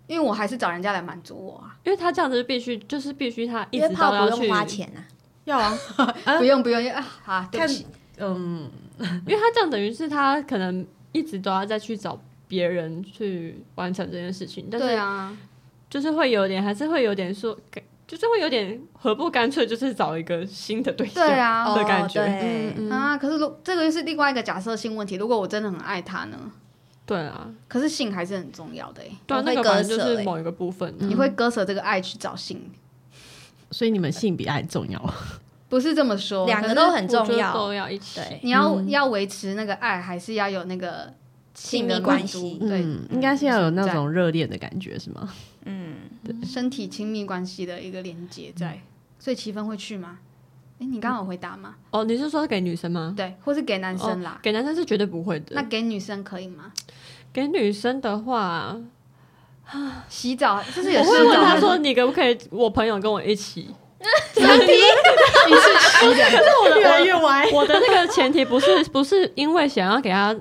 C: 因为我还是找人家来满足我啊，
A: 因为他这样子就必须就是必须他一
B: 约
A: 直
B: 炮
A: 到
B: 不
A: 要去
B: 用，花钱啊，
D: 要啊，啊
C: 不用不用，因为啊，啊对不起，
D: 嗯，
A: 因为他这样等于是他可能一直都要再去找别人去完成这件事情，但
C: 对
A: 是
C: 啊，
A: 就是会有点还是会有点说，就是会有点何不干脆就是找一个新的对象
C: 对啊，
A: 的感觉
B: 哦、对，
A: 嗯
C: 啊，可是如这个又是另外一个假设性问题。如果我真的很爱他呢？
A: 对啊，
C: 可是性还是很重要的欸
A: 对啊，
B: 我会
A: 那个反正
B: 割舍
A: 就是
B: 欸
A: 某一个部分啊、
C: 你会割舍这个爱去找性，
D: [LAUGHS] 所以你们性比爱重要。
C: 不是这么说。
B: 两个
C: 可是
B: 都很重
A: 我觉得
B: 要，
A: 都要一起。
B: 对
C: 你要要维持那个爱，还是要有那个性的
B: 亲密关
C: 满足
B: 系
C: 对，
D: 嗯，应该是要有那种热恋的感觉，是吗？
B: 嗯，
C: 身体亲密关系的一个连接在。所以七分会去吗？哎，你刚好回答吗？
A: 哦，你是说给女生吗？
C: 对，或是给男生啦？
A: 给男生是绝嗯哦对不会的。
C: 那给女生可以吗？
A: 给女生的话，
C: 洗澡就是有
A: 我
C: 洗
A: 会问
C: 澡
A: 他
C: 吗，
A: 说：“你可不可以？我朋友跟我一起。 [LAUGHS]
C: 你是洗的
A: 我的
D: [LAUGHS] 越来越歪。
A: 我的那个前提不是不是因为想要给他，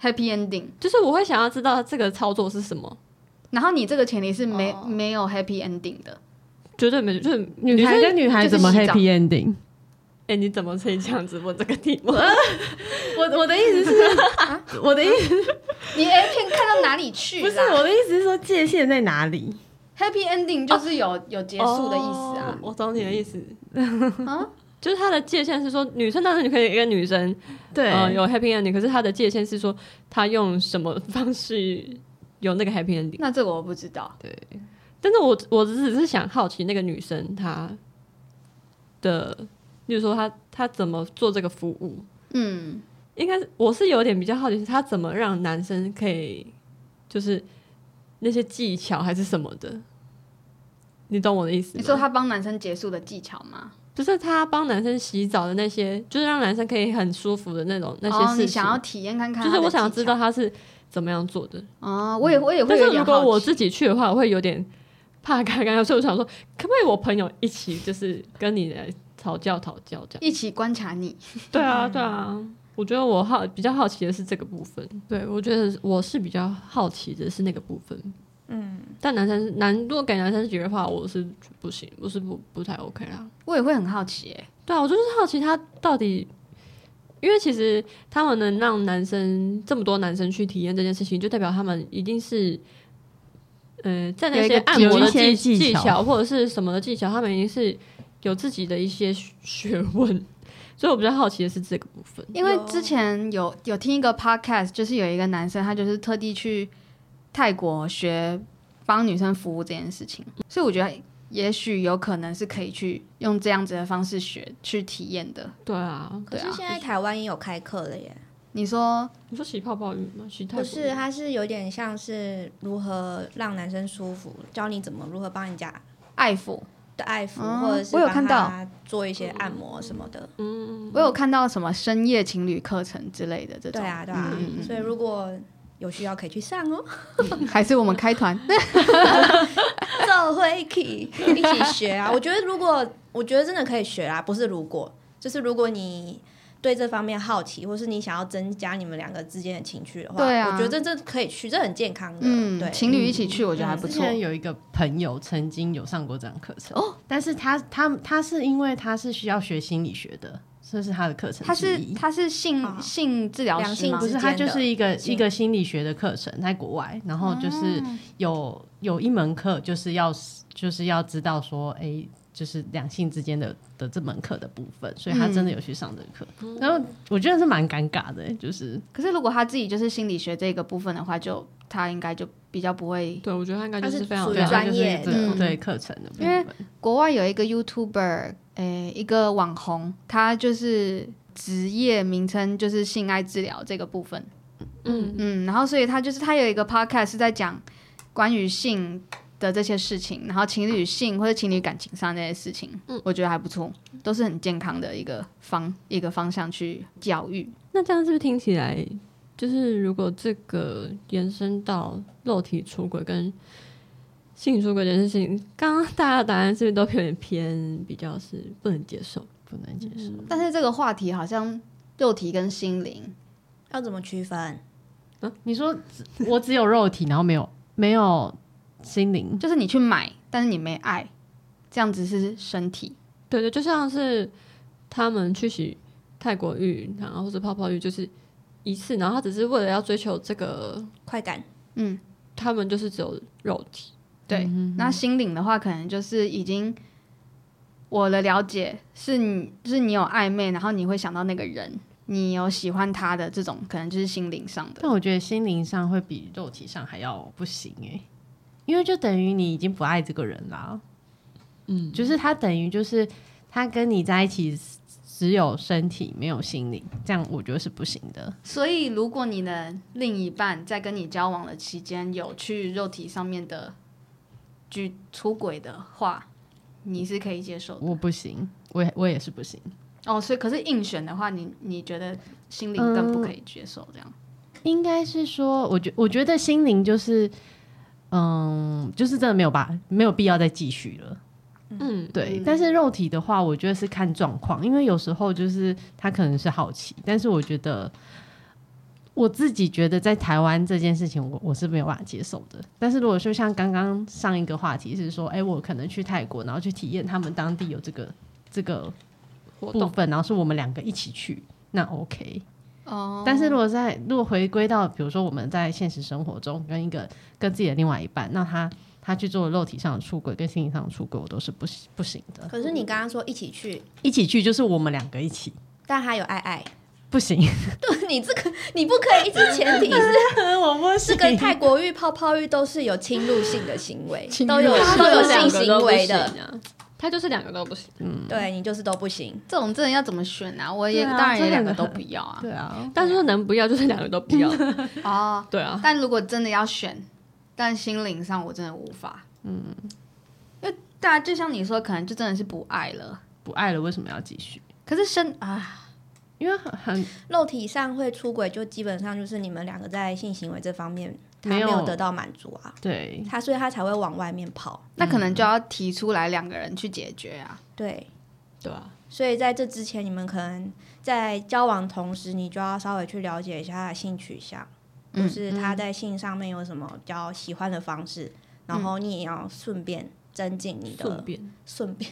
C: happy ending。
A: 就是我会想要知道这个操作是什么，
C: 然后你这个前提是没
B: 哦
C: 没有 happy ending 的，
A: 绝对没就是
D: 女孩跟女孩怎么
C: 就是洗澡
D: happy ending？
A: 哎、你怎么可以这样子问这个题
C: [LAUGHS]
A: 目？
D: 我我的意思是，我的意思
C: 你 A 片看到哪里去啦？
D: [LAUGHS] 不是我的意思是说界限在哪里？
C: Happy ending 就是有、有结束的意思
A: 哦
C: 啊。
A: 我懂你的意
C: [LAUGHS]
A: 思，
C: 啊，
A: 就是他的界限是说，女生当然你可以跟女生
D: 对，
A: 呃有 happy ending，可是他的界限是说他用什么方式有那个 happy ending。
C: 那这个我不知道。
A: 但是我我只是想好奇那个女生她的，例如说她她怎么做这个服务，
C: 嗯，
A: 应该是我是有点比较好奇，是她怎么让男生可以就是那些技巧还是什么的，你懂我的意思吗？
C: 你说他帮男生结束的技巧吗？
A: 就是她帮男生洗澡的那些，就是让男生可以很舒服的那种那些
C: 哦，
A: 事
C: 你
A: 情，
C: 想要体验看看
A: 就
C: 他的
A: 是
C: 技巧，
A: 我想要知道他是怎么样做的。
C: 哦，我也我也会
A: 但
C: 有
A: 是
C: 点
A: 如果
C: 好
A: 我
C: 奇
A: 自己去的话，我会有点怕尴尬，所以我想说，可不可以我朋友一起，就是跟你来讨教讨教这样？
C: 一起观察你，
A: 对啊，对啊，我觉得我好比较好奇的是这个部分。对，我觉得我是比较好奇的是那个部分。嗯，但男生是男，如果给男生解决的话，我是不行，我是不不太 OK 啦。
C: 我也会很好奇、欸。
A: 对啊，我就是好奇他到底，因为其实他们能让男生这么多男生去体验这件事情，就代表他们一定是，呃，在
C: 有
A: 那
C: 一
A: 些
C: 个
A: 按摩
D: 有
A: 的
D: 一些
A: 技
D: 技巧
A: 巧或者是什么的技巧，他们一定是有自己的一些学学问。所以我比较好奇的是这个部分。
C: 因为
B: 有
C: 之前有有听一个 podcast，就是有一个男生，他就是特地去泰国学帮女生服务这件事情，所以我觉得也许有可能是可以去用这样子的方式学去体验的。
A: 对啊，
B: 可
C: 对
B: 是
C: 啊
B: 现在台湾也有开课了耶，
C: 你说
A: 你说洗泡泡浴吗？洗泰
B: 不
A: 国
B: 是，它是有点像是如何让男生舒服，教你怎么如何帮人家
C: 爱抚
B: 的爱抚，
C: 哦
B: 或者是
C: 我有
B: 帮
C: 看到
B: 他做一些按摩什么的。
A: 嗯，
C: 我有看到什么深夜情侣课程之类的这种，
B: 对啊，对啊，
C: 嗯嗯
B: 所以如果有需要可以去上哦， [LAUGHS]
C: 嗯还是我们开团，
B: 走回去一起学啊。我觉得如果我觉得真的可以学啦，不是如果，就是如果你。对这方面好奇，或是你想要增加你们两个之间的情趣的话，
C: 对啊
B: 我觉得这这可以去，这很健康的。对
C: 嗯，，情侣一起去我觉得还不
A: 嗯
D: 之
C: 错，
D: 前有一个朋友曾经有上过这样课程哦，但是他他他是因为他是需要学心理学的，这是他的课程
C: 他
D: 之
C: 是
D: 一。
C: 他是性、
B: 啊
C: 性治疗
B: 良
C: 师
B: 性
C: 吗
B: 之
D: 不？是，
B: 间
D: 他
B: 啊
D: 就
B: 的
D: 是一个
B: 性
D: 一个心理学的课程，在国外，然后就是有有一门课就是要就是要知道说，哎、就是两性之间的的这门课的部分，所以他真的有去上这个课，
B: 嗯
D: 然后我觉得是蛮尴尬的、就是
C: 可是如果他自己就是心理学这个部分的话，就他应该就比较不会。
A: 对，我觉得他应该就
B: 他是
A: 非常
B: 属于
D: 对啊
A: 对
B: 专业嗯
D: 就是
C: 的
D: 对对课程的部
C: 因为
D: 分，
C: 国外有一个 YouTuber，诶、一个网红，他就是职业名称就是性爱治疗这个部分。
A: 嗯，
C: 嗯，然后所以他就是他有一个 podcast 是在讲关于性的这些事情，然后情侣性或者情侣感情上这些事情，我觉得还不错，都是很健康的一个方一个方向去教育。
A: 那这样是不是听起来，就是如果这个延伸到肉体出轨跟性出轨这件事情，刚刚大家的答案是不是都有点偏，比较是不能接受？
D: 不能接受。
C: 但是这个话题好像肉体跟心灵，
B: 要怎么区分？
D: 你说只我只有肉体，然后没有没有心灵，
C: 就是你去买，但是你没爱，这样子是身体。
A: 对对，就像是他们去洗泰国浴，然后或者泡泡浴，就是一次，然后他只是为了要追求这个，
B: 快感
C: 嗯，
A: 他们就是只有肉体。
C: 对。那心灵的话，可能就是已经我的了解是你，就是你有暧昧，然后你会想到那个人，你有喜欢他的这种，可能就是心灵上的。
D: 但我觉得心灵上会比肉体上还要不行哎、因为就等于你已经不爱这个人啦。嗯，就是他等于就是他跟你在一起只有身体没有心灵，这样我觉得是不行的。
C: 所以，如果你的另一半在跟你交往的期间有去肉体上面的举出轨的话，你是可以接受的。
D: 我不行，我也我也是不行。
C: 哦，所以可是硬选的话，你你觉得心灵更不可以接受这样？
D: 应该是说，我觉我觉得心灵就是，嗯，就是真的没有吧，没有必要再继续了。
A: 嗯，
D: 对，但是肉体的话，我觉得是看状况，因为有时候就是他可能是好奇，但是我觉得我自己觉得在台湾这件事情我，我是没有办法接受的。但是如果说像刚刚上一个话题是说，哎、我可能去泰国，然后去体验他们当地有这个这个
A: 活
D: 部
A: 动
D: 分，然后是我们两个一起去，那 OK。
C: 哦
D: 但是如果在如果回归到，比如说我们在现实生活中跟一个跟自己的另外一半，那他他去做肉体上的出轨跟心理上的出轨，我都是不行不行的。
B: 可是你刚刚说一起去，
D: 一起去就是我们两个一起，
B: 但他有爱爱，
D: 不行，
B: 对 [LAUGHS] 你这个你不可以一直前提是
D: [LAUGHS] 我不
A: [LAUGHS]
B: 这个泰国浴、泡泡浴都是有侵入性的行为，都有
A: 他
B: 都
A: 就
B: 有
A: 是两
B: 性
A: 个
B: 行
A: 都不
B: 为
A: 行嗯
B: 的，
A: 啊，他就是两个都不行。
B: 对你就是都不行。
C: 这种真的要怎么选啊？我也、
D: 对啊
C: 当然也
D: 这
C: 两
D: 两
C: 个
D: 个
C: 都不要 [LAUGHS] 啊。
D: 对啊，
A: [LAUGHS] 但是能不要就是两个都不要，
C: 哦，
A: [LAUGHS] 对啊，
C: [LAUGHS] 但如果真的要选，但心灵上我真的无法。嗯，因为大家就像你说，可能就真的是不爱了。
D: 不爱了为什么要继续？
C: 可是身啊，
D: 因为很很
B: 肉体上会出轨，就基本上就是你们两个在性行为这方面他
D: 没
B: 没
D: 有
B: 有得到满足啊，
A: 嗯
D: 对，
B: 他所以他才会往外面跑。
C: 那可能就要提出来两个人去解决啊。
B: 对，
A: 对啊，
B: 所以在这之前，你们可能在交往同时，你就要稍微去了解一下他的性取向，
C: 嗯
B: 就是他在性上面有什么比较喜欢的方式，然后你也要顺便增进你的
A: 嗯顺便
B: 顺便，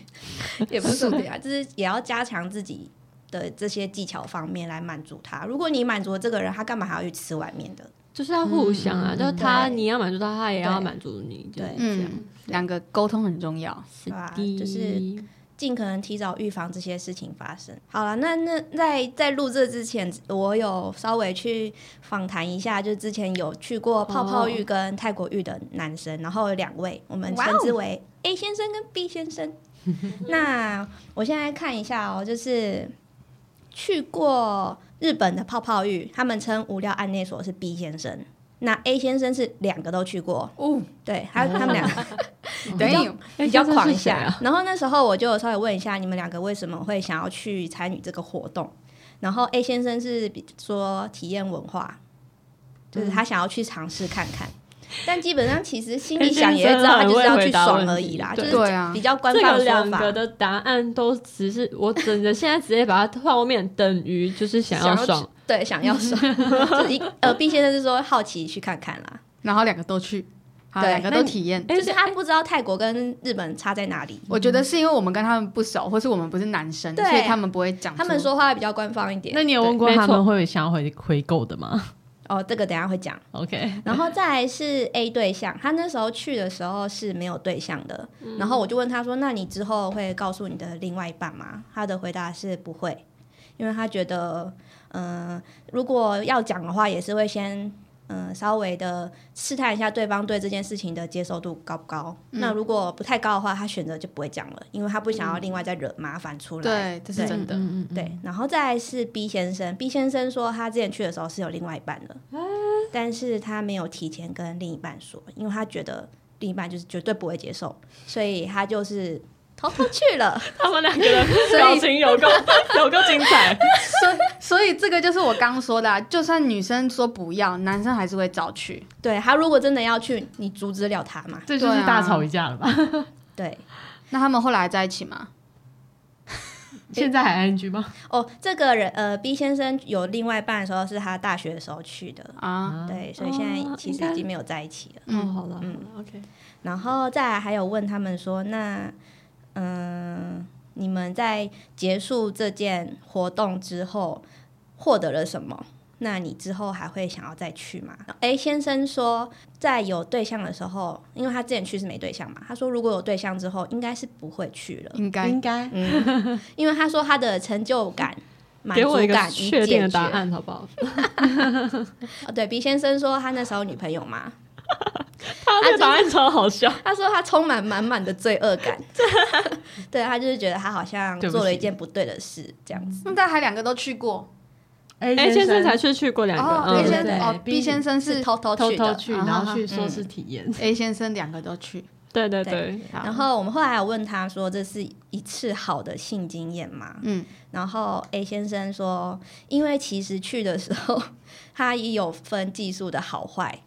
B: [LAUGHS] 也不是顺便啊，就是也要加强自己的这些技巧方面来满足他。如果你满足了这个人，他干嘛还要去吃外面的？
A: 就是要互相啊，就是他
B: 对
A: 你要满足他，他也要
B: 对
A: 满足你，就是
B: 对
A: 这样
C: 嗯，两个沟通很重要。
A: 是
B: 对啊
A: 的，
B: 就是尽可能提早预防这些事情发生。好了，那那在在录这之前，我有稍微去访谈一下，就是之前有去过泡泡浴跟泰国浴的男生，然后有两位，我们
C: 哇哦
B: 称之为 A 先生跟 B 先生。 [LAUGHS] 那我现在看一下哦，就是去过日本的泡泡浴，他们称无聊案内所是 B 先生。那 A 先生是两个都去过，
C: 哦，
B: 对，还有他们两个，比较
C: 嗯对
B: 比较狂一
A: 哎这是谁
B: 下
A: 啊。
B: 然后那时候我就有稍微问一下你们两个为什么会想要去参与这个活动。然后 A 先生是比说体验文化，
A: 嗯
B: 就是他想要去尝试看看。但基本上其实心里
A: A
B: 想
A: [LAUGHS]
B: 也
A: 先
B: 知
A: 生
B: 道，他就是要
A: 很会
B: 去
A: 回答
B: 爽
A: 问
B: 而
A: 题
B: 已啦，就
A: 对
B: 是
C: 对啊
B: 比较官
A: 这
B: 方
A: 个
B: 的说
A: 两
B: 法。
A: 个的答案都只是我真的现在直接把它后面等于就是想要爽，
B: 对，想要
A: [LAUGHS]
B: 爽。就是一呃，B 先生是说好奇去看看啦，
C: 然后两个都去，好，
B: 对
C: 两个
B: 那
C: 都
B: 你
C: 体验。
A: 哎
B: 就是他不知道泰国跟日本差在哪里。
C: 我觉得是因为我们跟他们不熟，或是我们不是男生，
B: 对
C: 所以他们不会讲出。
B: 他们说话比较官方一点。
D: 那你有问过
A: 对没
D: 他
A: 错
D: 们会想要回回购的吗 [LAUGHS]
B: 哦，这个等一下会讲。
D: ？OK，
B: 然后再来是 A 对象，他那时候去的时候是没有对象的。然后我就问他说：“那你之后会告诉你的另外一半吗？”他的回答是不会，因为他觉得，嗯、如果要讲的话，也是会先。嗯，稍微的试探一下对方对这件事情的接受度高不高。那如果不太高的话，他选择就不会讲了，因为他不想要另外再惹麻烦出来。
C: 对，这是真的。
D: 嗯嗯，
B: 对，然后再来是 B 先生，B 先生说他之前去的时候是有另外一半的，但是他没有提前跟另一半说，因为他觉得另一半就是绝对不会接受，所以他就是偷偷去了。
A: 他们两个人
C: 所以
A: 表情有够有够精彩，
D: 嗯
C: 所以 [LAUGHS] 所以这个就是我刚说的、啊，就算女生说不要，男生还是会找去。
B: [LAUGHS] 对他如果真的要去，你阻止了他吗？
D: 这就是
C: 对啊
D: 大吵一架了吧？
B: 对，
C: 那他们后来还在一起吗？
D: 现在还 NG 吗？
B: 哦，这个人呃，B 先生有另外一半的时候是他大学的时候去的，
C: 啊，
B: 对，所以现在
A: 哦
B: 其
A: 应
B: 实已
A: 该
B: 经没有在一起了。
A: [LAUGHS] 哦，
C: 嗯，
A: 好了，嗯，OK，
B: 然后再来还有问他们说，那嗯、你们在结束这件活动之后获得了什么？那你之后还会想要再去吗？A 先生说，在有对象的时候，因为他之前去是没对象嘛，他说如果有对象之后，应该是不会去了，
C: 应该
D: 该
B: 嗯， [LAUGHS] 因为他说他的成就感、嗯满
A: 给
B: 足
A: 我一个
B: 感已
A: 确定的
B: 解决
A: 答案好不好？
B: 哦对，B 先生说他那时候有女朋友嘛，
A: 他啊这
B: 就
A: 个
B: 是
A: 答案超好笑，
B: 他说他充满满满的罪恶感， [LAUGHS] 对他就是觉得他好像
D: 对不起嗯
B: 做了一件不对的事这样子。
C: 那但还两个都去过。
A: 哎，先生才去去过两
C: 哦
A: 个，
C: ，A
A: 嗯
C: 先
D: 对
C: 生哦，B 先生
B: 是
C: 是
B: 偷偷
D: 偷
B: 去
D: 偷
B: 的，
D: 去，嗯
C: 啊
D: 然后
C: 哈
D: 去说是体验。
C: A 先生两个都去。
A: 对对
B: 对
A: 对，
C: 好
B: 然后我们后来有问他说：“这是一次好的性经验吗？”
C: 嗯，
B: 然后 A 先生说：“因为其实去的时候，他也有分技术的好坏，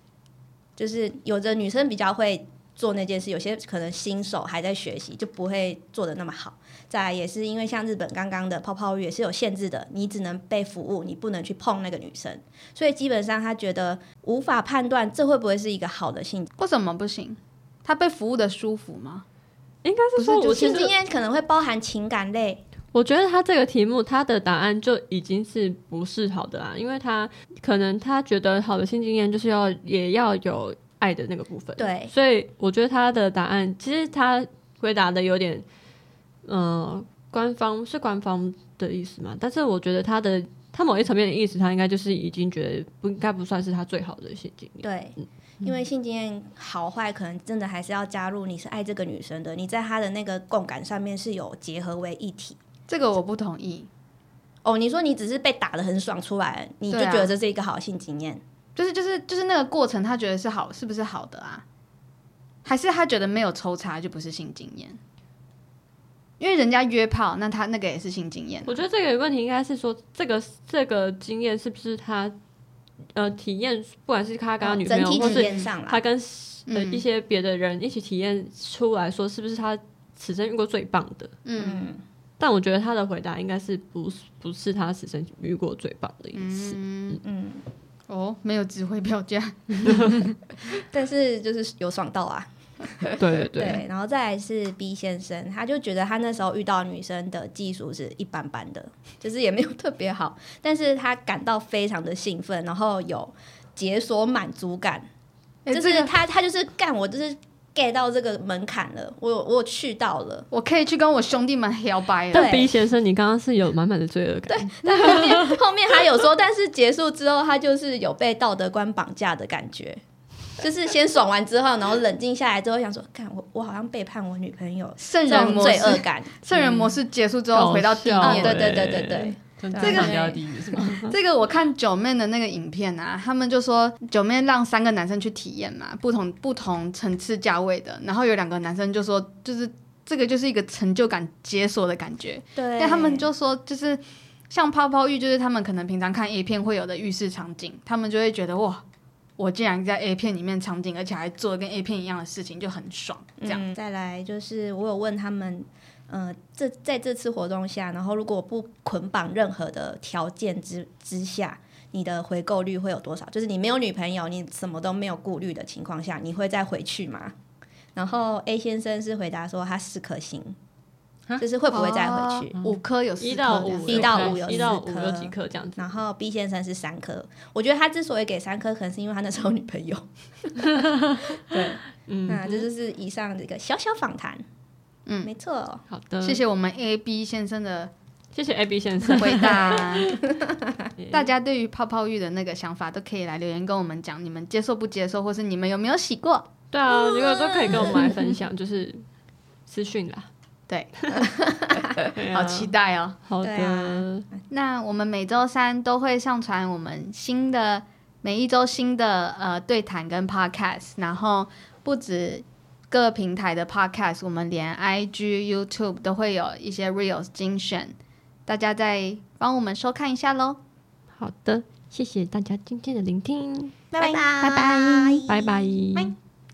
B: 就是有的女生比较会做那件事，有些可能新手还在学习，就不会做的那么好。再来也是因为像日本刚刚的泡泡浴也是有限制的，你只能被服务，你不能去碰那个女生，所以基本上他觉得无法判断这会不会是一个好的性
C: 为什么不行？他被服务的舒服吗？
A: 应该是说
C: 不是就
A: 我
C: 是
A: 其
B: 性
A: 实
B: 经验，可能会包含情感类。”
A: 我觉得他这个题目，他的答案就已经是不是好的啦，因为他可能他觉得好的性经验就是要也要有爱的那个部分，
B: 对
A: 所以我觉得他的答案其实他回答的有点，嗯、官方是官方的意思嘛，但是我觉得他的他某一层面的意思，他应该就是已经觉得不应该不算是他最好的性经验，
B: 对，因为性经验好坏，可能真的还是要加入你是爱这个女生的，你在她的那个共感上面是有结合为一体。
C: 这个我不同意。
B: 哦，你说你只是被打的很爽出来，你就
C: 对啊
B: 觉得这是一个好性经验，
C: 就是就是就是那个过程，他觉得是好，是不是好的啊？还是他觉得没有抽查就不是性经验？因为人家约炮，那他那个也是性经验啊。
A: 我觉得这个问题应该是说，这个这个经验是不是他呃体验，不管是他跟他女朋
B: 哦整
A: 友，
B: 体
A: 或
B: 体
A: 是
B: 验上
A: 他
B: 啦。
A: 跟呃
C: 嗯
A: 一些别的人一起体验出来说，是不是他此生遇过最棒的？
C: 嗯，
B: 嗯，
A: 但我觉得他的回答应该是不是不是他此生遇过最棒的一次。
B: 嗯
C: 哦，没有指挥票
B: [LAUGHS]
C: 价，
B: 但是就是有爽到啊，
A: 对对对，
B: 对，然后再来是 B 先生，他就觉得他那时候遇到女生的技术是一般般的，就是也没有特别好，但是他感到非常的兴奋，然后有解锁满足感，
C: 哎
B: 就
C: 这
B: 是
C: 个
B: 他他就是干我就是 get 到这个门槛了，我有我有去到了，
C: 我可以去跟我兄弟们摇摆了。
A: 但 B 先生，你刚刚是有满满的罪恶感，
B: 但后面后面他有说，但是结束之后他就是有被道德观绑架的感觉。就是先爽完之后，然后冷静下来之后，想说，看我我好像背叛我女朋友，
C: 圣
B: 这
C: 人
B: 种
C: 模
B: 罪恶
C: 式，哦
B: 感，
C: 圣人模式结束之
A: 搞
C: 后回到地
A: 笑
B: 啊，
C: 面，
B: 对对对对对，
A: 跟
C: 这
A: 这
C: 个
A: 个掉地狱是吗？
C: 这个我看九妹的那个影片啊，他们就说九妹让三个男生去体验嘛，不同不同层次价位的，然后有两个男生就说，就是这个就是一个成就感解锁的感觉，
B: 对
C: 但他们就说就是像泡泡浴，就是他们可能平常看 A 片会有的浴室场景，他们就会觉得哇，我竟然在 A 片里面场景，而且还做得跟 A 片一样的事情，就很爽，这样。
B: 嗯再来就是我有问他们，呃，这在这次活动下，然后如果不捆绑任何的条件之之下，你的回购率会有多少？就是你没有女朋友，你什么都没有顾虑的情况下，你会再回去吗？然后 A 先生是回答说他四颗星，就是会不会再回去？
C: 哦五颗有四
A: 一
C: 颗
A: 到
C: 这样
A: 五，
B: 一到五有
A: 有
B: 四
A: 一到五
B: 颗
A: 有几颗这样子。
B: 然后 B 先生是三颗，我觉得他之所以给三颗，可能是因为他那时候有女朋友。 [LAUGHS] 对，那这就是以上这个小小访谈。嗯，没错。
A: 好的，
C: 谢谢我们 A B 先生的
A: 谢谢 AB 先生。
C: 回答。大家对于泡泡浴的那个想法都可以来留言跟我们讲，你们接受不接受，或是你们有没有洗过？
A: 对啊，如果都可以跟我们来分享，就是私讯啦。
C: 对，
A: 对啊
C: 好期待哦！
A: 好
B: 对啊
A: 的，
C: 那我们每周三都会上传我们新的每一周新的呃对谈跟 podcast，然后不止各平台的 podcast，我们连 IG、YouTube 都会有一些 reels 精选，大家再帮我们收看一下喽。
A: 好的，谢谢大家今天的聆听，
B: 拜拜
C: 拜拜
A: 拜拜。
B: 拜